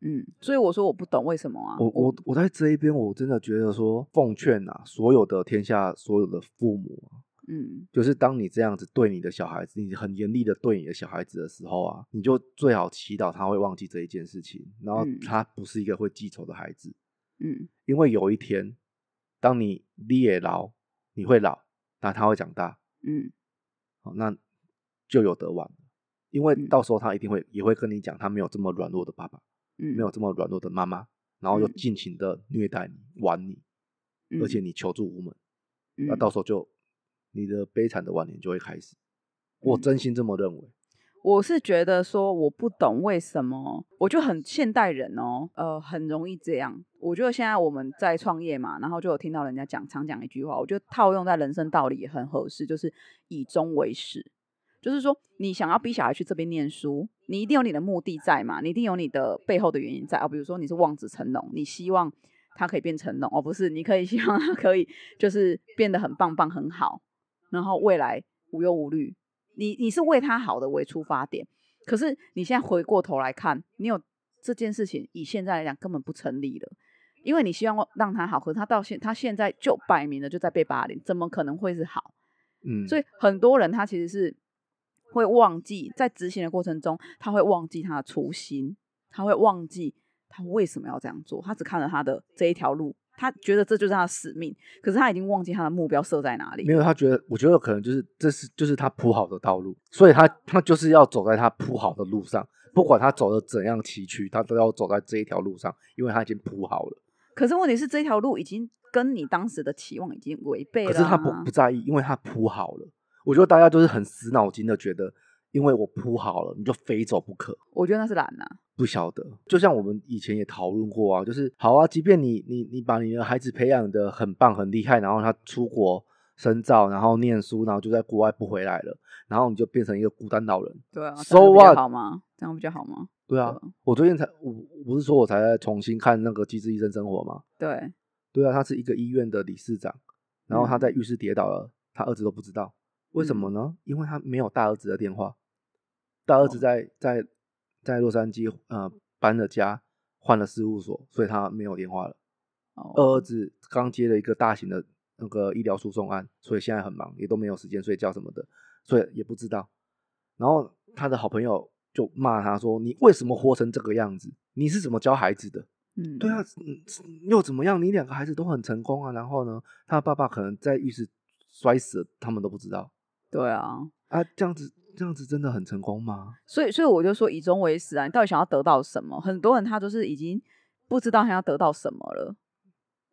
S2: 嗯，所以我说我不懂为什么啊。
S1: 我我我在这一边，我真的觉得说，奉劝啊，所有的天下所有的父母啊，
S2: 嗯，
S1: 就是当你这样子对你的小孩子，你很严厉的对你的小孩子的时候啊，你就最好祈祷他会忘记这一件事情，然后
S2: 嗯
S1: 他不是一个会记仇的孩子，
S2: 嗯
S1: 因为有一天，当你你也老，你会老，那他会长大，
S2: 嗯
S1: 哦，那就有得玩了，因为
S2: 嗯
S1: 到时候他一定会也会跟你讲，他没有这么软弱的爸爸。
S2: 嗯，
S1: 没有这么软弱的妈妈，然后又
S2: 嗯
S1: 尽情的虐待你、玩你，
S2: 嗯，
S1: 而且啊你求助无门，
S2: 嗯
S1: 那到时候就你的悲惨的晚年就会开始。我
S2: 嗯
S1: 真心这么认为。
S2: 我是觉得说，我不懂为什么，我就很现代人哦，呃，很容易这样。我觉得现在我们在创业嘛，然后就有听到人家讲常讲一句话，我觉得套用在人生道理也很合适，就是以终为始。就是说，你想要逼小孩去这边念书，你一定有你的目的在嘛，你一定有你的背后的原因在啊。比如说，你是望子成龙，你希望他可以变成龙哦，不是，你可以希望他可以就是变得很棒棒很好，然后未来无忧无虑，你你是为他好的为出发点，可是你现在回过头来看，你有这件事情以现在来讲根本不成立了，因为你希望让他好，可是他到现他现在就摆明了就在被霸凌，怎么可能会是好？
S1: 嗯，
S2: 所以很多人他其实是会忘记，在执行的过程中，他会忘记他的初心，他会忘记他为什么要这样做，他只看了他的这一条路，他觉得这就是他的使命，可是他已经忘记他的目标设在哪里
S1: 没。有他觉得，我觉得可能就是这是就是他铺好的道路，所以他他就是要走在他铺好的路上，不管他走的怎样崎岖，他都要走在这一条路上，因为他已经铺好了。
S2: 可是问题是，这条路已经跟你当时的期望已经违背了、
S1: 可
S2: 啊。
S1: 是他不不在意，因为他铺好了。我觉得大家就是很死脑筋的觉得，因为我铺好了，你就非走不可。
S2: 我觉得那是懒呐、
S1: 不晓得，就像我们以前也讨论过啊，就是好啊，即便你你你把你的孩子培养的很棒很厉害，然后他出国深造，然后念书，然后就在国外不回来了，然后你就变成一个孤单老人。
S2: 对啊
S1: So
S2: 这样比较
S1: what？
S2: 好吗？这样比较好吗？
S1: 对啊，
S2: 对
S1: 我最近才我我不是说我才在重新看那个《机智医生生活》吗？
S2: 对，
S1: 对啊，他是一个医院的理事长，然后他在浴室跌倒了，他儿子都不知道，为什么呢？因为他没有大儿子的电话，大儿子
S2: 哦
S1: 在在在洛杉矶呃搬了家，换了事务所，所以他没有电话了。
S2: 哦，
S1: 二儿子刚接了一个大型的那个医疗诉讼案，所以现在很忙，也都没有时间睡觉什么的，所以也不知道。然后他的好朋友就骂他说：“你为什么活成这个样子？你是怎么教孩子的？”
S2: 嗯，
S1: 对啊，，嗯又怎么样？你两个孩子都很成功啊，然后呢，他爸爸可能在浴室摔死了，他们都不知道
S2: 对啊，
S1: 啊。这样子，这样子真的很成功吗？
S2: 所以所以我就说以终为始啊，你到底想要得到什么？很多人他就是已经不知道他要得到什么了，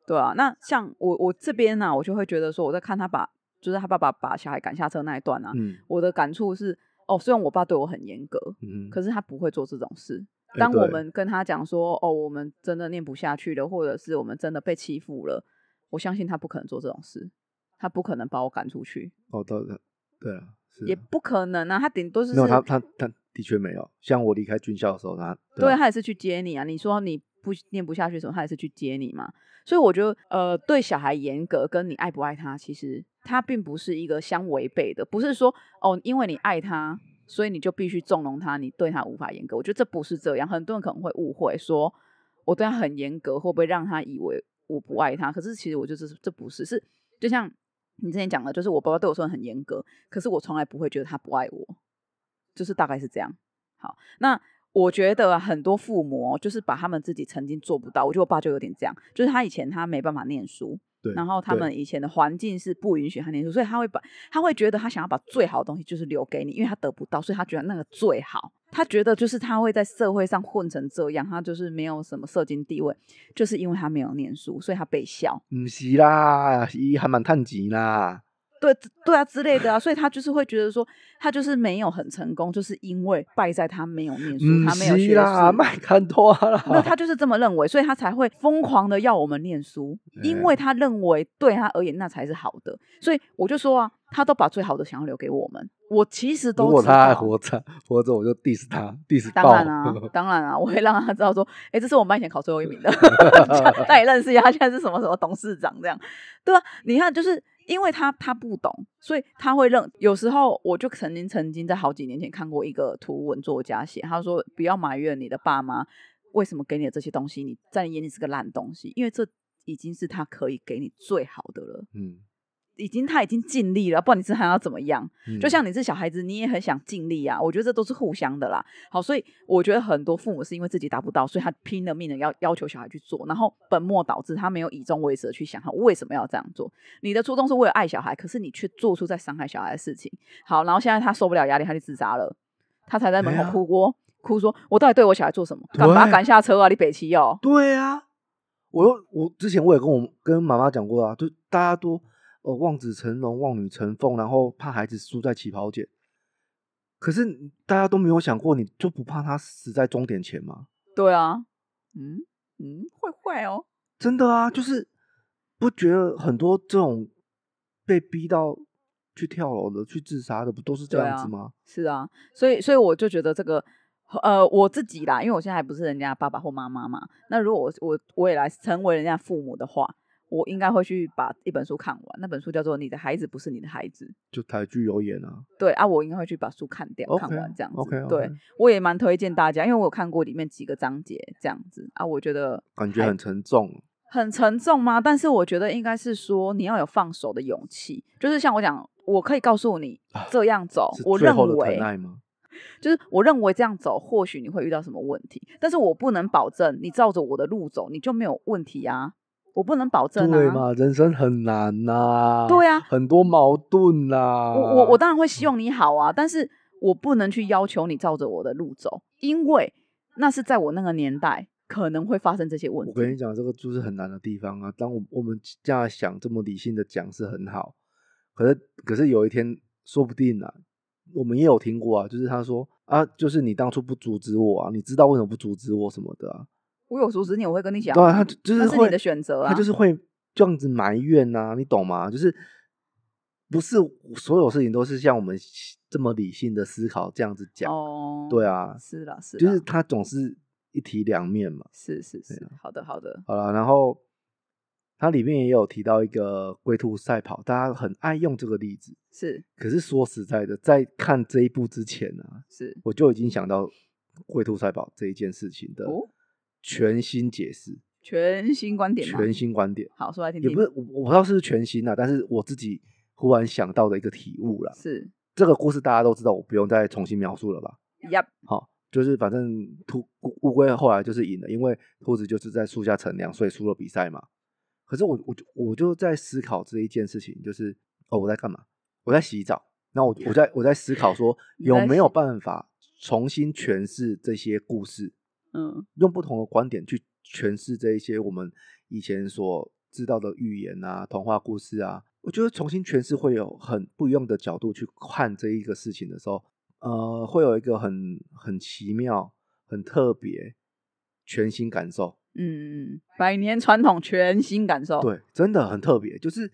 S2: 对啊。那像我我这边呢、我就会觉得说，我在看他把就是他爸爸把小孩赶下车那一段啊，
S1: 嗯
S2: 我的感触是，哦，虽然我爸对我很严格，
S1: 嗯，
S2: 可是他不会做这种事。
S1: 哎
S2: 当我
S1: 对
S2: 们跟他讲说，哦，我们真的念不下去了，或者是我们真的被欺负了，我相信他不可能做这种事，他不可能把我赶出去，
S1: 哦，对的，对啊，是
S2: 也
S1: 啊
S2: 不可能啊，他顶多就
S1: 没
S2: 是
S1: 有他，他他的确没有。像我离开军校的时候，他
S2: 对
S1: 啊
S2: 他也是去接你啊。你说你不念不下去的时候，他也是去接你嘛。所以我觉得，呃，对小孩严格跟你爱不爱他，其实他并不是一个相违背的，不是说哦，因为你爱他，所以你就必须纵容他，你对他无法严格。我觉得这不是这样，很多人可能会误会说我对他很严格，会不会让他以为我不爱他？可是其实我就是这不是，是就像你之前讲的，就是我爸爸对我说很严格，可是我从来不会觉得他不爱我，就是大概是这样。好，那我觉得啊很多父母哦就是把他们自己曾经做不到，我觉得我爸就有点这样，就是他以前他没办法念书，
S1: 对，
S2: 然后他
S1: 对
S2: 们以前的环境是不允许他念书，所以他会把他会觉得他想要把最好的东西就是留给你，因为他得不到，所以他觉得那个最好。他觉得就是他会在社会上混成这样，他就是没有什么社经地位，就是因为他没有念书，所以他被笑，
S1: 不是啦，伊还蛮探钱啦，
S2: 对对啊之类的啊，所以他就是会觉得说他就是没有很成功，就是因为败在他没有念书，
S1: 不
S2: 他没有学
S1: 是啦，
S2: 识。
S1: 卖看拖啦，
S2: 那他就是这么认为，所以他才会疯狂的要我们 念书，因为他认为对他而言那才是好的。所以我就说啊，他都把最好的想要留给我们。我其实都
S1: 如果
S2: 知
S1: 他还
S2: 道
S1: 活着，活着我就 diss 他，diss
S2: 当
S1: 爆。
S2: 然啊， 当然啊，我会让他知道说，哎、这是我们班以前考最后一名的， 大家也认识一下，他现在是什么什么董事长这样，对啊，你看，就是因为他他不懂，所以他会认。有时候我就曾经曾经在好几年前看过一个图文作家写，他说不要埋怨你的爸妈为什么给你的这些东西，你在你眼里是个烂东西，因为这已经是他可以给你最好的了，
S1: 嗯，
S2: 已经他已经尽力了，不然你是还要怎么样？
S1: 嗯
S2: 就像你是小孩子，你也很想尽力啊。我觉得这都是互相的啦。好，所以我觉得很多父母是因为自己达不到，所以他拼了命的要要求小孩去做，然后本末倒置，他没有以终为始的去想他为什么要这样做。你的初衷是为了爱小孩，可是你却做出在伤害小孩的事情。好，然后现在他受不了压力，他就自杀了，他才在门
S1: 对啊
S2: 口哭过。哭说：“我到底对我小孩做什么？敢
S1: 对
S2: 把他赶下车啊！你北齐哦，
S1: 对啊，我又我之前我也跟我跟妈妈讲过啊，就大家都呃望子成龙、望女成凤，然后怕孩子输在起跑点。可是你大家都没有想过，你就不怕他死在终点前吗？
S2: 对啊，嗯嗯，会会哦，
S1: 真的啊，就是不觉得很多这种被逼到去跳楼的、去自杀的，不都是这
S2: 对
S1: 样子
S2: 啊
S1: 吗？
S2: 是啊，所以所以我就觉得这个，呃，我自己啦，因为我现在还不是人家爸爸或妈妈嘛。那如果我我我也来成为人家父母的话，我应该会去把一本书看完。那本书叫做《你的孩子不是你的孩子》。
S1: 就台剧有演啊
S2: 对啊，我应该会去把书看掉、
S1: ，OK，
S2: 看完这样子。
S1: OK，
S2: 对，我也蛮推荐大家，因为我有看过里面几个章节这样子啊，我觉得
S1: 感觉很沉重。
S2: 很沉重吗？但是我觉得应该是说你要有放手的勇气，就是像我讲，我可以告诉你这样走，
S1: 啊是
S2: 哦我
S1: 最
S2: 认
S1: 后的
S2: 为
S1: 疼爱吗？
S2: 就是我认为这样走，或许你会遇到什么问题，但是我不能保证你照着我的路走，你就没有问题啊。我不能保证啊。
S1: 对嘛，人生很难呐、
S2: 对啊
S1: 很多矛盾呐、啊。
S2: 我我我当然会希望你好啊，但是我不能去要求你照着我的路走，因为那是在我那个年代可能会发生这些问
S1: 我
S2: 题。
S1: 跟你讲，这个就是很难的地方啊。当我我们这样想，这么理性的讲是很好，可是可是有一天，说不定啊，我们也有听过啊，就是他说啊，就是你当初不阻止我啊，你知道为什么不阻止我什么的啊？
S2: 我有阻止你，我会跟你讲
S1: 对
S2: 啊。
S1: 啊，他就就
S2: 那
S1: 是
S2: 是
S1: 会
S2: 你的选择啊
S1: 他就是会这样子埋怨呐、你懂吗？就是不是所有事情都是像我们这么理性的思考这样子讲？
S2: 哦，
S1: 对啊，
S2: 是啦，是啦，
S1: 就是他总是一体两面嘛。
S2: 是是是，
S1: 啊
S2: 好的好的，
S1: 好了，然后它里面也有提到一个龟兔赛跑，大家很爱用这个例子。
S2: 是
S1: 可是说实在的，在看这一部之前啊，
S2: 是
S1: 我就已经想到龟兔赛跑这一件事情的
S2: 哦，
S1: 全新解释、
S2: 全新观点嘛，
S1: 全新观点，
S2: 好说来听
S1: 也
S2: 听，
S1: 不是我我不知道是不是全新啊，但是我自己忽然想到的一个体悟啦。
S2: 是
S1: 这个故事大家都知道，我不用再重新描述了吧？
S2: ，Yep，
S1: 好、就是反正兔乌乌龟后来就是赢了，因为兔子就是在树下乘凉，所以输了比赛嘛。可是我我就我就在思考这一件事情，就是哦我在干嘛？我在洗澡，然后我我在我在思考说
S2: 你在
S1: 有没有
S2: 洗
S1: 办法重新诠释这些故事，
S2: 嗯，
S1: 用不同的观点去诠释这一些我们以前所知道的寓言啊、童话故事啊。我觉得重新诠释会有很不一样的角度去看这一个事情的时候，呃，会有一个很很奇妙、很特别，全新感受。
S2: 嗯，百年传统，全新感受。，
S1: 对，真的很特别，就是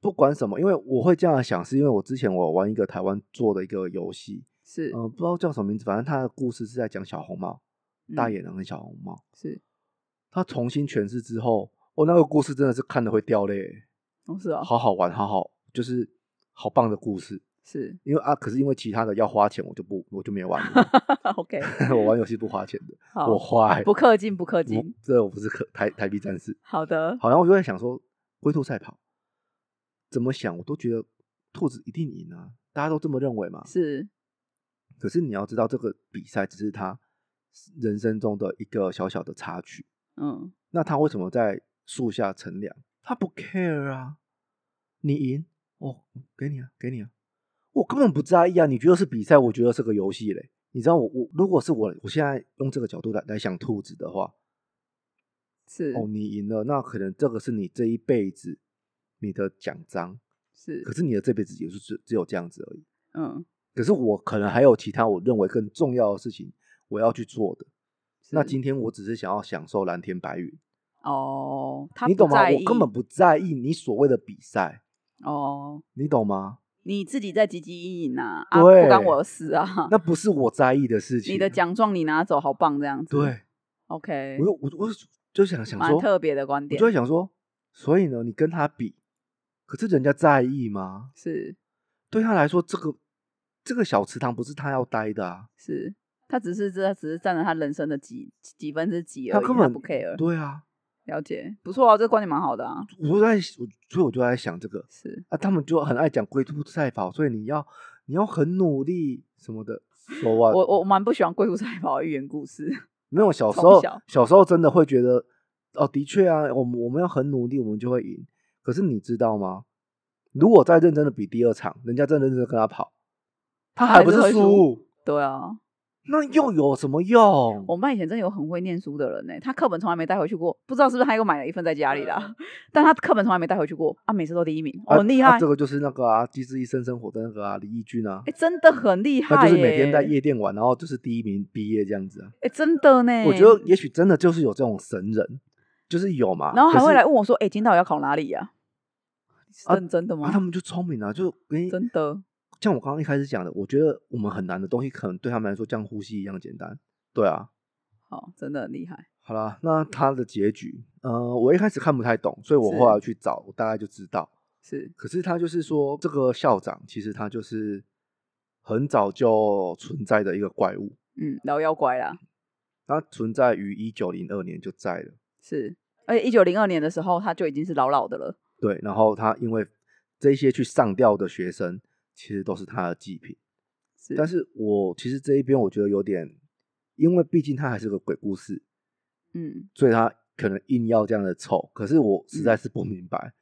S1: 不管什么，因为我会这样想，是因为我之前我玩一个台湾做的一个游戏，
S2: 是
S1: 嗯、不知道叫什么名字，反正它的故事是在讲小红帽，大
S2: 嗯
S1: 野狼跟小红帽，
S2: 是，
S1: 它重新诠释之后，哦，那个故事真的是看的会掉泪，
S2: 哦是哦，
S1: 好好玩，好好，就是好棒的故事。
S2: 是
S1: 因为啊，可是因为其他的要花钱，我就不，我就没玩了
S2: OK，
S1: 我玩游戏不花钱的，
S2: 好，
S1: 我坏，
S2: 不氪金，不氪
S1: 我
S2: 金。
S1: 这我不是可台台币战士，
S2: 好的，
S1: 好，然后我就在想说，龟兔赛跑怎么想，我都觉得兔子一定赢啊，大家都这么认为嘛。
S2: 是
S1: 可是你要知道，这个比赛只是他人生中的一个小小的插曲。
S2: 嗯，
S1: 那他为什么在树下乘凉？他不 care 啊，你赢哦，给你啊，给你啊，我根本不在意啊。你觉得是比赛，我觉得是个游戏嘞。你知道我我如果是我，我现在用这个角度来来想兔子的话，
S2: 是
S1: 哦，你赢了，那可能这个是你这一辈子你的奖章，
S2: 是
S1: 可，是你的这辈子也是只只有这样子而已。
S2: 嗯，
S1: 可是我可能还有其他我认为更重要的事情我要去做的。那
S2: 是
S1: 今天我只是想要享受蓝天白云，
S2: 哦，他
S1: 你
S2: 不
S1: 懂吗？
S2: 在
S1: 我根
S2: 意
S1: 本不在意你所谓的比赛，
S2: 哦，
S1: 你懂吗？
S2: 你自己在汲汲营营呐，啊，
S1: 对
S2: 不干我的事啊。
S1: 那不是我在意的事情。
S2: 你的奖状你拿走，好棒，这样子。
S1: 对，
S2: ，OK，
S1: 我就我我就想想
S2: 蛮
S1: 说，
S2: 特别的观
S1: 我
S2: 点
S1: 就，会想说，所以呢，你跟他比，可是人家在意吗？
S2: 是
S1: 对他来说，这个这个小池塘不是他要待的啊，
S2: 是，他只是这只是占了他人生的几几分之几而
S1: 他
S2: 已，
S1: 根本
S2: 不 care。
S1: 对啊，
S2: 了解，不错啊，这观点蛮好的啊。
S1: 我就在，我所以我就在想这个
S2: 是，
S1: 啊，他们就很爱讲龟兔赛跑，所以你要你要很努力什么的。说啊，
S2: 我我蛮不喜欢贵妇赛跑的寓言故事。
S1: 没有小时
S2: 从
S1: 候
S2: 小
S1: 小时候真的会觉得哦，的确啊，我们我们要很努力，我们就会赢。可是你知道吗？如果再认真的比第二场，人家真的认真的跟他跑，他还
S2: 还
S1: 不
S2: 是
S1: 是
S2: 会输哦
S1: 输，
S2: 对啊，
S1: 那又有什么用？
S2: 我们班以前真的有很会念书的人呢、他课本从来没带回去过，不知道是不是他又买了一份在家里啦， 但他课本从来没带回去过，啊，每次都第一名，
S1: 嗯啊
S2: 哦很厉害，
S1: 啊
S2: 哎、
S1: 这个就是那个啊，《机智医生生活》的那个啊，李义军啊，
S2: 真的很厉害、耶
S1: 他就是每天在夜店玩，然后就是第一名毕业这样子啊。
S2: 哎、真的呢，
S1: 我觉得也许真的就是有这种神人，就是有嘛。
S2: 然后还
S1: 可
S2: 会
S1: 是
S2: 来问我说：“哎、今天到底要考哪里呀、是
S1: 啊
S2: 认真的吗？
S1: 啊，他们就聪明啊，就跟
S2: 真的
S1: 像我刚刚一开始讲的，我觉得我们很难的东西，可能对他们来说像呼吸一样简单。对啊，
S2: 好，哦真的很厉害。
S1: 好啦，那
S2: 嗯
S1: 他的结局，呃，我一开始看不太懂，所以我
S2: 是
S1: 后来去找，我大概就知道。
S2: 是
S1: 可是他就是说，这个校长其实他就是很早就存在的一个怪物，
S2: 嗯，老妖怪啦，
S1: 它存在于一九零二年就在了。
S2: 是。而且一九零二年的时候，他就已经是老老的了。
S1: 对，然后他因为这些去上吊的学生，其实都是他的祭品。
S2: 是，
S1: 但是我其实这一边我觉得有点，因为毕竟他还是个鬼故事，
S2: 嗯，
S1: 所以他可能硬要这样的凑。可是我实在是不明白，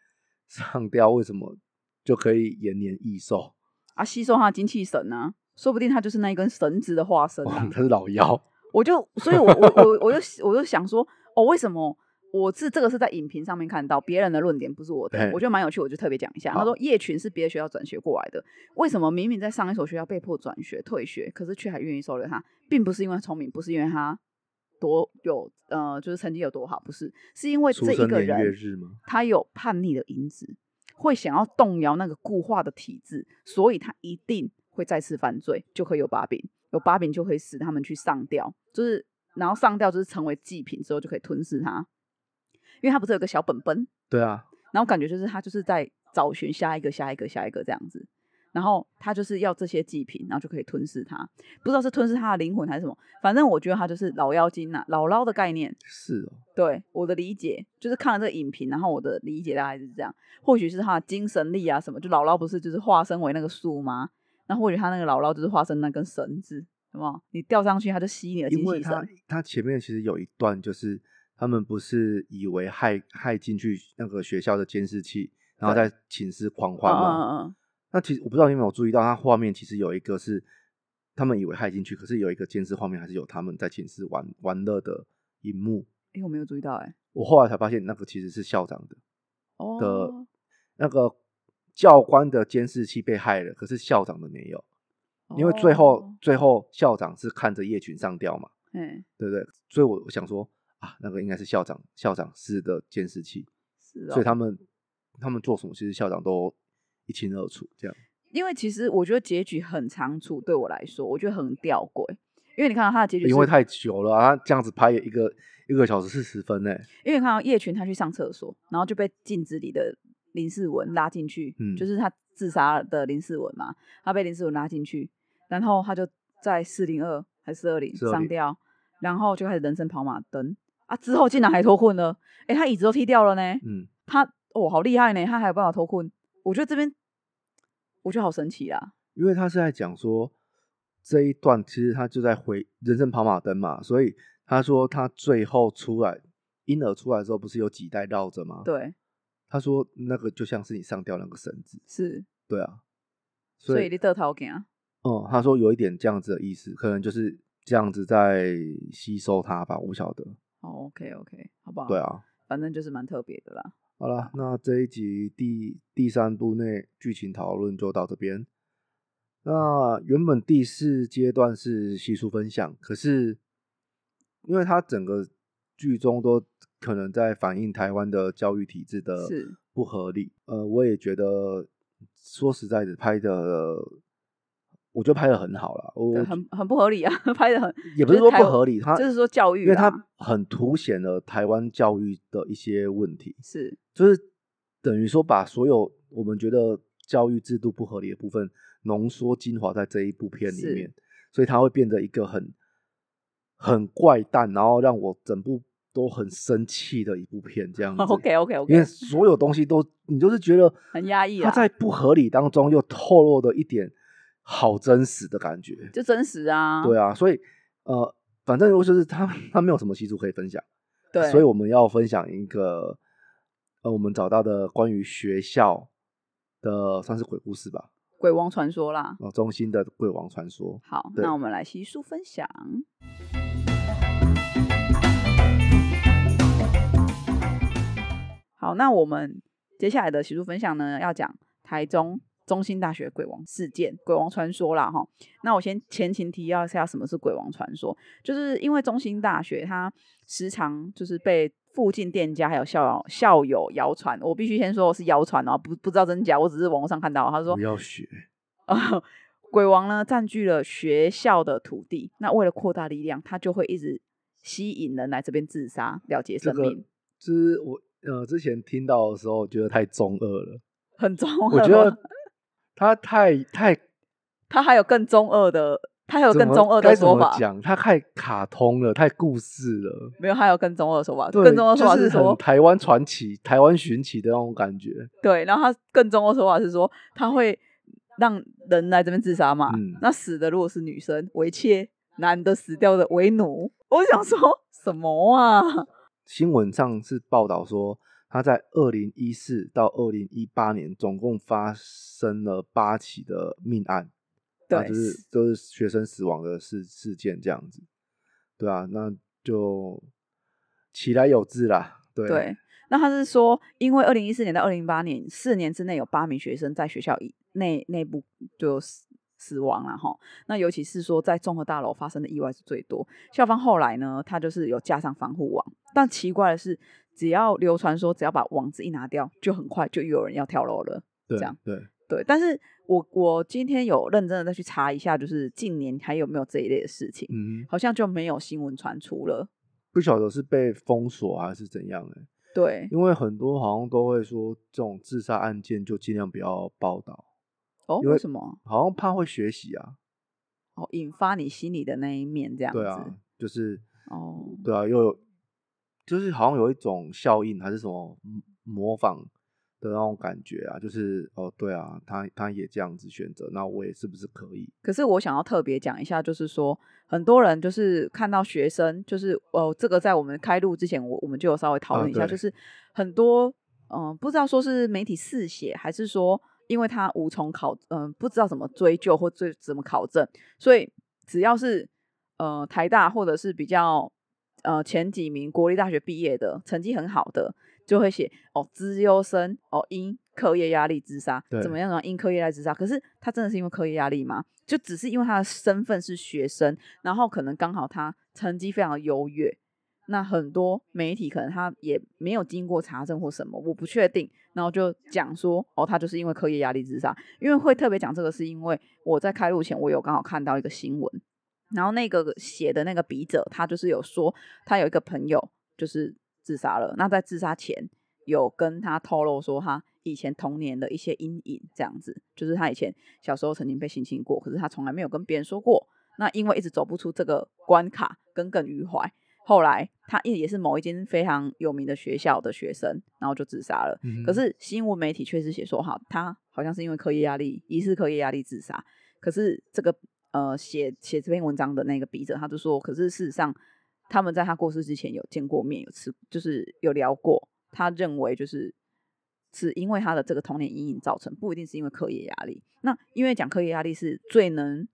S1: 上吊为什么就可以延年益寿？
S2: 啊，吸收他的精气神啊，说不定他就是那一根绳子的化身啊
S1: 他。是老妖，
S2: 我就，所以我我我我就我就想说，哦，为什么？我是这个是在影评上面看到别人的论点，不是我的
S1: 嘿，
S2: 我觉得蛮有趣，我就特别讲一下。
S1: 好
S2: 他说叶群是别的学校转学过来的，为什么明明在上一所学校被迫转学退学，可是却还愿意收留他，并不是因为他聪明，不是因为他多有呃，就是成绩有多好，不是，是因为
S1: 出
S2: 这一
S1: 生
S2: 个
S1: 年月
S2: 人
S1: 日吗？
S2: 他有叛逆的因子，会想要动摇那个固化的体制，所以他一定会再次犯罪，就会有把柄，有把柄就可以使他们去上吊，就是然后上吊就是成为祭品之后就可以吞噬他，因为他不是有个小本本，
S1: 对啊，
S2: 然后感觉就是他就是在找寻下一个、下一个、下一个这样子。然后他就是要这些祭品，然后就可以吞噬他，不知道是吞噬他的灵魂还是什么。反正我觉得他就是老妖精呐、啊老捞的概念。
S1: 是哦，
S2: 对我的理解就是看了这个影评，然后我的理解大概是这样。或许是他的精神力啊什么，就姥姥不是就是化身为那个树吗？那或许他那个姥姥就是化身那根绳子，什么你吊上去他就吸你的
S1: 因
S2: 精
S1: 为
S2: 气
S1: 他
S2: 神。嗯
S1: 他前面其实有一段就是他们不是以为害害进去那个学校的监视器，然后
S2: 对
S1: 在寝室狂
S2: 嗯
S1: 欢嘛。
S2: 嗯嗯，
S1: 那其实我不知道你有没有注意到，它画面其实有一个是他们以为害进去，可是有一个监视画面还是有他们在寝室玩玩乐的荧幕。
S2: 哎、我没有注意到哎、
S1: 我后来才发现，那个其实是校长的
S2: 哦，
S1: 的那个教官的监视器被害了，可是校长的没有。因为最后、
S2: 哦
S1: 最后校长是看着叶群上吊嘛，
S2: 嗯，
S1: 对不对？所以我我想说啊，那个应该是校长校长室的监视器，
S2: 是哦
S1: 所以。他们他们做什么，其实校长都一清二楚。这样，
S2: 因为其实我觉得结局很长处，对我来说，我觉得很吊诡。因为你看到他的结局是，
S1: 因为太久了、啊，他这样子拍一个一个小时四十分呢、
S2: 因为你看到叶群他去上厕所，然后就被镜子里的林世文拉进去，
S1: 嗯
S2: 就是他自杀的林世文嘛，他被林世文拉进去，然后他就在四零二还是四二零
S1: 420
S2: 上吊，然后就开始人生跑马灯啊，之后竟然还脱困了，哎，他椅子都踢掉了呢，
S1: 嗯，
S2: 他哦好厉害呢，他还有办法脱困，我觉得这边我觉得好神奇啊，
S1: 因为他是在讲说这一段，其实他就在回人生跑马灯嘛，所以他说他最后出来婴儿出来之后，不是有几代绕着吗？，
S2: 对，
S1: 他说那个就像是你上吊那个绳子，
S2: 是，
S1: 对啊，
S2: 所
S1: 所
S2: 以
S1: 以
S2: 你得头啊。
S1: 哦、他说有一点这样子的意思，可能就是这样子在吸收它吧，我不晓得。
S2: 哦，OK OK，好不好？
S1: 对，啊，
S2: 反正就是蛮特别的啦。
S1: 好了，那这一集第第三部内剧情讨论就到这边。那原本第四阶段是细数分享，可是因为它整个剧中都可能在反映台湾的教育体制的
S2: 是
S1: 不合理。呃，我也觉得说实在的，拍的我觉得拍的很好了，我
S2: 对，很很不合理啊， 拍的很，
S1: 也不
S2: 就是
S1: 说
S2: 台
S1: 不
S2: 湾
S1: 合理，它
S2: 就是说教育
S1: 因为它
S2: 啦
S1: 很凸显了台湾教育的一些问题。
S2: 是
S1: 就是等于说把所有我们觉得教育制度不合理的部分浓缩精华在这一部片里
S2: 是
S1: 面，所以它会变得一个很很怪诞，然后让我整部都很生气的一部片这样 子。
S2: OK OK
S1: 因为
S2: OK，
S1: 所有东西都你就是觉得
S2: 很压抑
S1: 它
S2: 啊，
S1: 在不合理当中又透露了一点好真实的感觉。
S2: 就真实啊，
S1: 对啊，所以呃，反正就是他他没有什么习俗可以分享。
S2: 对，
S1: 所以我们要分享一个呃，我们找到的关于学校的算是鬼故事吧，
S2: 鬼王传说啦。
S1: 哦，中心的鬼王传说。
S2: 好，
S1: 对
S2: 那我们来悉数分享。好，那我们接下来的习俗分享呢，要讲台中中心大学鬼王事件、鬼王传说啦，哈。那我先前情提要一下，什么是鬼王传说？就是因为中心大学它时常就是被附近店家还有校友校友谣传，我必须先说我是谣传哦，不不知道真假，我只是网络上看到，他说
S1: 不要学，
S2: 呃，鬼王呢占据了学校的土地，那为了扩大力量，他就会一直吸引人来这边自杀，了结
S1: 这
S2: 生
S1: 个
S2: 命，
S1: 就是我呃之前听到的时候觉得太中二了，
S2: 很中二。
S1: 我觉得 他太太
S2: 他 还有更中二的，他还有
S1: 怎
S2: 更
S1: 么
S2: 中二
S1: 该
S2: 的
S1: 怎
S2: 说
S1: 么
S2: 法，
S1: 讲，他太卡通了，太故事了。
S2: 没有，还有更中二的说法，
S1: 对，
S2: 更中二的说
S1: 就
S2: 法
S1: 是
S2: 说
S1: 很，台湾传奇、台湾寻奇的那种感觉。
S2: 对，然后他更中二的说法是说，他会让人来这边自杀嘛，
S1: 嗯
S2: 那死的如果是女生为妾，男的死掉的为奴，我想说什么啊？
S1: 新闻上是报道说，他在二零一四到二零一八年总共发生了八起的命案，
S2: 对
S1: 啊就是就是学生死亡的事事件这样子，对啊，那就其来有自啦，对
S2: 对，那他是说，因为二零一四年到二零一八年四年之内，有八名学生在学校以内内部就死死亡了哈。那尤其是说在综合大楼发生的意外是最多。校方后来呢，他就是有加上防护网，但奇怪的是，只要流传说只要把网子一拿掉，就很快就又有人要跳楼了。
S1: 对
S2: 这样
S1: 对，
S2: 对，但是我我今天有认真的再去查一下，就是近年还有没有这一类的事情，
S1: 嗯，
S2: 好像就没有新闻传出了。
S1: 不晓得是被封锁还是怎样哎、
S2: 对，
S1: 因为很多好像都会说这种自杀案件就尽量不要报道，
S2: 哦，
S1: 因为
S2: 为什么？
S1: 好像怕会学习啊，
S2: 哦，引发你心里的那一面这样子。
S1: 对啊，就是
S2: 哦，
S1: 对啊，又有就是好像有一种效应还是什么嗯模仿的那种感觉啊，就是哦，对啊，他他也这样子选择，那我也是不是可以？
S2: 可是我想要特别讲一下，就是说，很多人就是看到学生，就是呃，这个在我们开录之前，我我们就有稍微讨论一下，
S1: 啊对
S2: 就是很多嗯、呃不知道说是媒体嗜血，还是说因为他无从考，嗯、不知道怎么追究或追怎么考证，所以只要是呃台大或者是比较呃前几名国立大学毕业的，成绩很好的，就会写哦资优生哦因课业压力自杀，
S1: 对
S2: 怎么样怎么样因课业压力自杀？可是他真的是因为课业压力吗？就只是因为他的身份是学生，然后可能刚好他成绩非常优越，那很多媒体可能他也没有经过查证或什么，我不确定，然后就讲说哦，他就是因为课业压力自杀。因为会特别讲这个，是因为我在开录前我有刚好看到一个新闻，然后那个写的那个笔者他就是有说他有一个朋友就是自杀了，那在自杀前有跟他透露说他以前童年的一些阴影，这样子，就是他以前小时候曾经被性侵过，可是他从来没有跟别人说过。那因为一直走不出这个关卡，耿耿于怀。后来他也也是某一间非常有名的学校的学生，然后就自杀了。
S1: 嗯哼
S2: 可是新闻媒体确实写说，哈，他好像是因为课业压力，疑似课业压力自杀。可是这个呃，写写这篇文章的那个笔者，他就说，可是事实上，他们在他过世之前有见过面，有吃，就是有聊过。他认为就是是因为他的这个童年阴影造成，不一定是因为课业压力。那因为讲课业压力是最能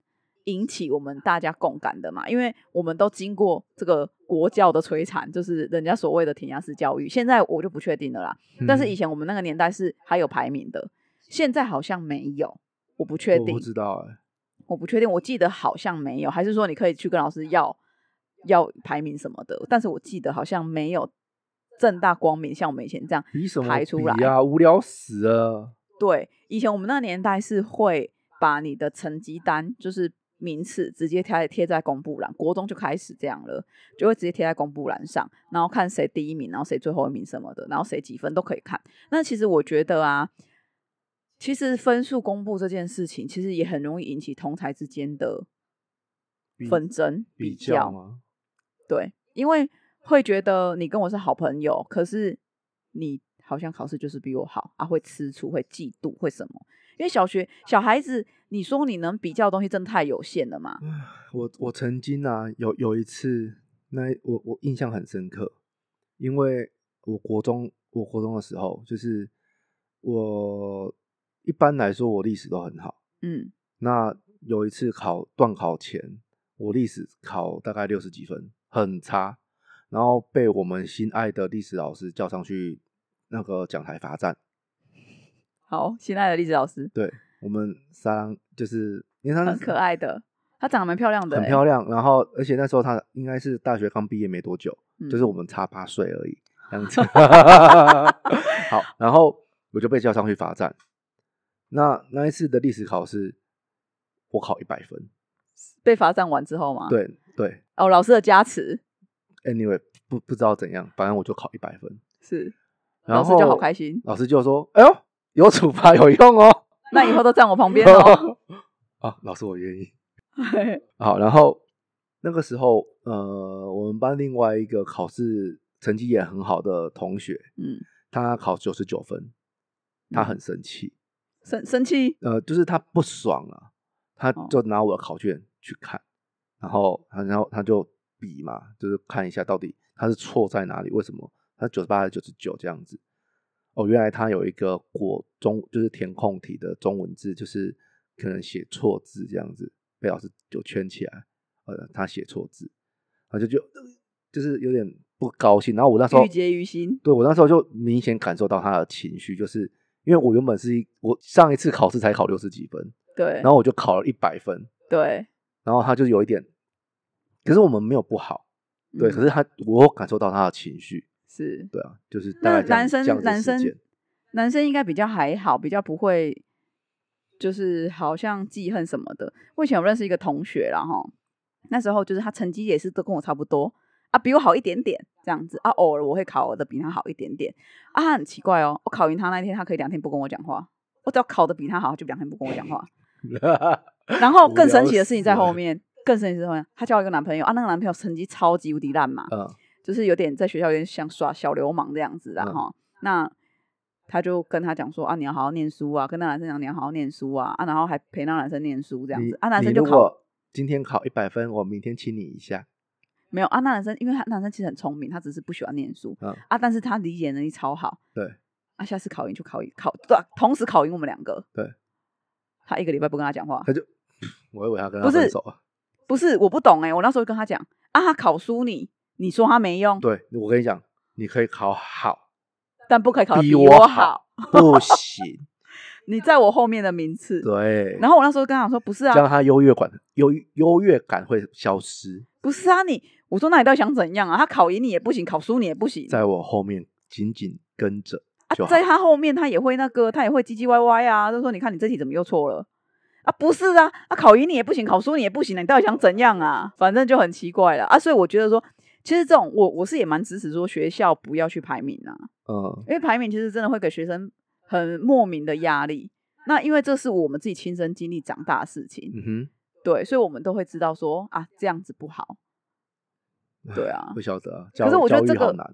S2: 引起我们大家共感的嘛，因为我们都经过这个国教的摧残，就是人家所谓的填鸭式教育。现在我就不确定了啦，
S1: 嗯
S2: 但是以前我们那个年代是还有排名的，现在好像没有，我不确
S1: 我
S2: 定
S1: 不，知道哎、
S2: 我不确定，我记得好像没有，还是说你可以去跟老师要要排名什么的，但是我记得好像没有正大光明像我们以前这样
S1: 比什么
S2: 排出来
S1: 比啊？无聊死了。
S2: 对，以前我们那个年代是会把你的成绩单，就是名次直接贴贴在公布栏，国中就开始这样了，就会直接贴在公布栏上，然后看谁第一名，然后谁最后一名什么的，然后谁几分都可以看。那其实我觉得啊，其实分数公布这件事情，其实也很容易引起同才之间的
S1: 比
S2: 纷争
S1: 比
S2: 较
S1: 较吗？
S2: 对，因为会觉得你跟我是好朋友，可是你好像考试就是比我好啊，会吃醋、会嫉妒、会什么？因为小学小孩子，你说你能比较的东西真的太有限了
S1: 嗯
S2: 嘛？
S1: 我我曾经啊，有有一次，那我我印象很深刻，因为我国中我国中的时候，就是我一般来说我历史都很好。
S2: 嗯
S1: 那有一次考段考前，我历史考大概六十几分，很差，然后被我们心爱的历史老师叫上去那个讲台罚站。
S2: 好，亲爱的栗子老师，
S1: 对我们三就是因为他
S2: 很可爱的，她长得蛮漂亮的、欸
S1: 很漂亮。然后，而且那时候他应该是大学刚毕业没多久，
S2: 亮
S1: 就是我们差八岁而已， 这样子。好，然后我就被叫上去罚站。那那一次的历史考试，我考一百分。
S2: 被罚站完之后嘛。，
S1: 对对
S2: 哦，老师的加持
S1: ，anyway，不不知道怎样，反正我就考一百分。
S2: 是，
S1: 然
S2: 老
S1: 后
S2: 师就好开心。
S1: 老师就说：“哎呦，有处罚有用哦。
S2: 那以后都站我旁边 哦。
S1: 啊，老师我愿意。好，然后那个时候，呃，我们班另外一个考试成绩也很好的同学，
S2: 嗯，
S1: 他考九十九分，他很生气，
S2: 生生气，
S1: 呃，就是他不爽啊，他
S2: 哦
S1: 就拿我的考卷去看，然后他然后他就比嘛，就是看一下到底他是错在哪里，为什么他九十八还是九十九这样子？哦，原来他有一个国中就是填空题的中文字，就是可能写错字这样子，被老师就圈起来，呃，他写错字，然后就就就是有点不高兴，然后我那时候
S2: 郁结于心。
S1: 对我那时候就明显感受到他的情绪，就是因为我原本是一我上一次考试才考六十几分，
S2: 对
S1: 然后我就考了一百分，
S2: 对
S1: 然后他就有一点，可是我们没有不好，对，
S2: 嗯
S1: 可是他我有感受到他的情绪，
S2: 是
S1: 对啊，就是大
S2: 那
S1: 概这样
S2: 男生
S1: 这样子
S2: 男
S1: 事
S2: 生
S1: 件
S2: 男生应该比较还好，比较不会就是好像记恨什么的。我以前有认识一个同学啦，哈，那时候就是他成绩也是都跟我差不多啊，比我好一点点这样子啊，偶尔我会考的比他好一点点啊，他很奇怪哦，我考赢他那一天，他可以两天不跟我讲话，我只要考的比他好，他就两天不跟我 讲话。然后更神奇的事情在后，面，更神奇的是后面，他交一个男朋友啊，那个男朋友成绩超级无敌烂嘛，
S1: 嗯，
S2: 就是有点在学校有点像耍小流氓这样子啊
S1: 嗯
S2: 哈、那他就跟他讲说啊，你要好好念书啊，跟那男生讲你要好好念书啊啊，然后还陪那男生念书这样
S1: 你
S2: 子啊，男生
S1: 你
S2: 就
S1: 如
S2: 考
S1: 果今天考一百分，我明天亲你一下，
S2: 没有啊，那男生因为他那男生其实很聪明，他只是不喜欢念书、
S1: 嗯
S2: 啊，但是他理解能力超好
S1: 对，
S2: 啊，下次考赢就考赢考对啊、同时考赢我们两个，
S1: 对，
S2: 他一个礼拜不跟他讲话，
S1: 他就我以为他跟他
S2: 不是
S1: 分手啊，
S2: 不是我不懂哎、我那时候就跟他讲啊，他考输你，你说他没用，
S1: 对我跟你讲，你可以考好，
S2: 但不可以考得
S1: 比
S2: 比
S1: 我
S2: 我
S1: 好
S2: 好，
S1: 不 行，
S2: 你在我后面的名次。
S1: 对，
S2: 然后我那时候跟他讲说，不是
S1: 这样
S2: 啊，
S1: 他优越感优优越感会消失，
S2: 不是啊，你我说那你到底想怎样啊？他考赢你也不行，考输你也不行，
S1: 在我后面紧紧跟着就
S2: 啊，
S1: 好
S2: 在他后面他也会那个，他也会唧唧歪歪啊，就说你看你这题怎么又错了啊？不是啊，啊考赢你也不行，考输你也不行啊，你到底想怎样啊？反正就很奇怪了啊，所以我觉得说，其实这种我我是也蛮支持说学校不要去排名啊，
S1: 嗯，
S2: 因为排名其实真的会给学生很莫名的压力。那因为这是我们自己亲身经历长大的事情，
S1: 嗯
S2: 对，所以我们都会知道说啊这样子不好，
S1: 哼，
S2: 对啊
S1: 唉不晓得啊。
S2: 可是
S1: 教
S2: 我觉
S1: 教
S2: 得
S1: 育
S2: 这个
S1: 好难，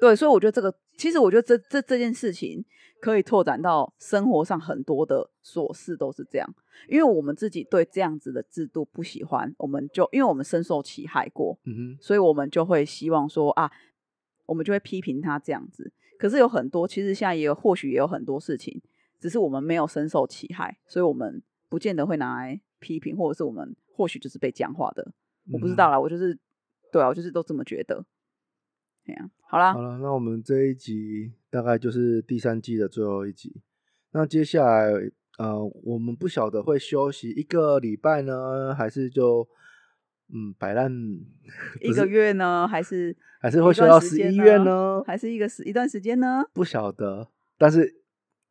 S2: 对，所以我觉得这个，其实我觉得这这这件事情可以拓展到生活上很多的琐事都是这样，因为我们自己对这样子的制度不喜欢，我们就因为我们深受其害过，
S1: 嗯
S2: 所以我们就会希望说啊，我们就会批评他这样子。可是有很多，其实现在也有或许也有很多事情，只是我们没有深受其害，所以我们不见得会拿来批评，或者是我们或许就是被讲话的，
S1: 哼，
S2: 我不知
S1: 嗯
S2: 道啦，我就是对啊，我就是都这么觉得。哎呀、好啦
S1: 好，了，那我们这一集大概就是第三季的最后一集。那接下来，呃，我们不晓得会休息一个礼拜呢，还是就嗯摆烂，
S2: 一个月呢，还是
S1: 还是会
S2: 一
S1: 休
S2: 段
S1: 到
S2: 时
S1: 十
S2: 间
S1: 一
S2: 呢
S1: 月呢？
S2: 还是一个时一段时间呢？
S1: 不晓得，但是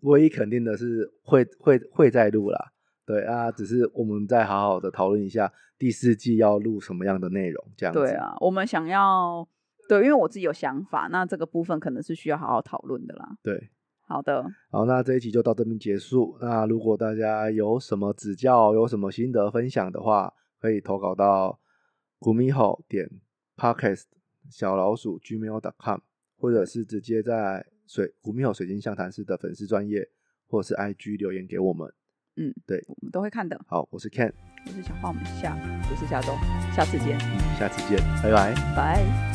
S1: 唯一肯定的是会会会再录啦。对啊，只是我们再好好的讨论一下第四季要录什么样的内容，这样子。
S2: 对，啊，我们想要对，因为我自己有想法，那这个部分可能是需要好好讨论的啦。
S1: 对。
S2: 好的，
S1: 好，那这一集就到这边结束。那如果大家有什么指教、有什么心得分享的话，可以投稿到古米吼点 podcast 小老鼠 gmail.com，或者是直接在水古米吼水晶象谈室的粉丝专业或者是 IG 留言给我们。
S2: 我们都会看的。
S1: 好，我是 Ken，
S2: 我是小花，我们下不是下周，下次见，
S1: 下次见，拜拜。
S2: 拜。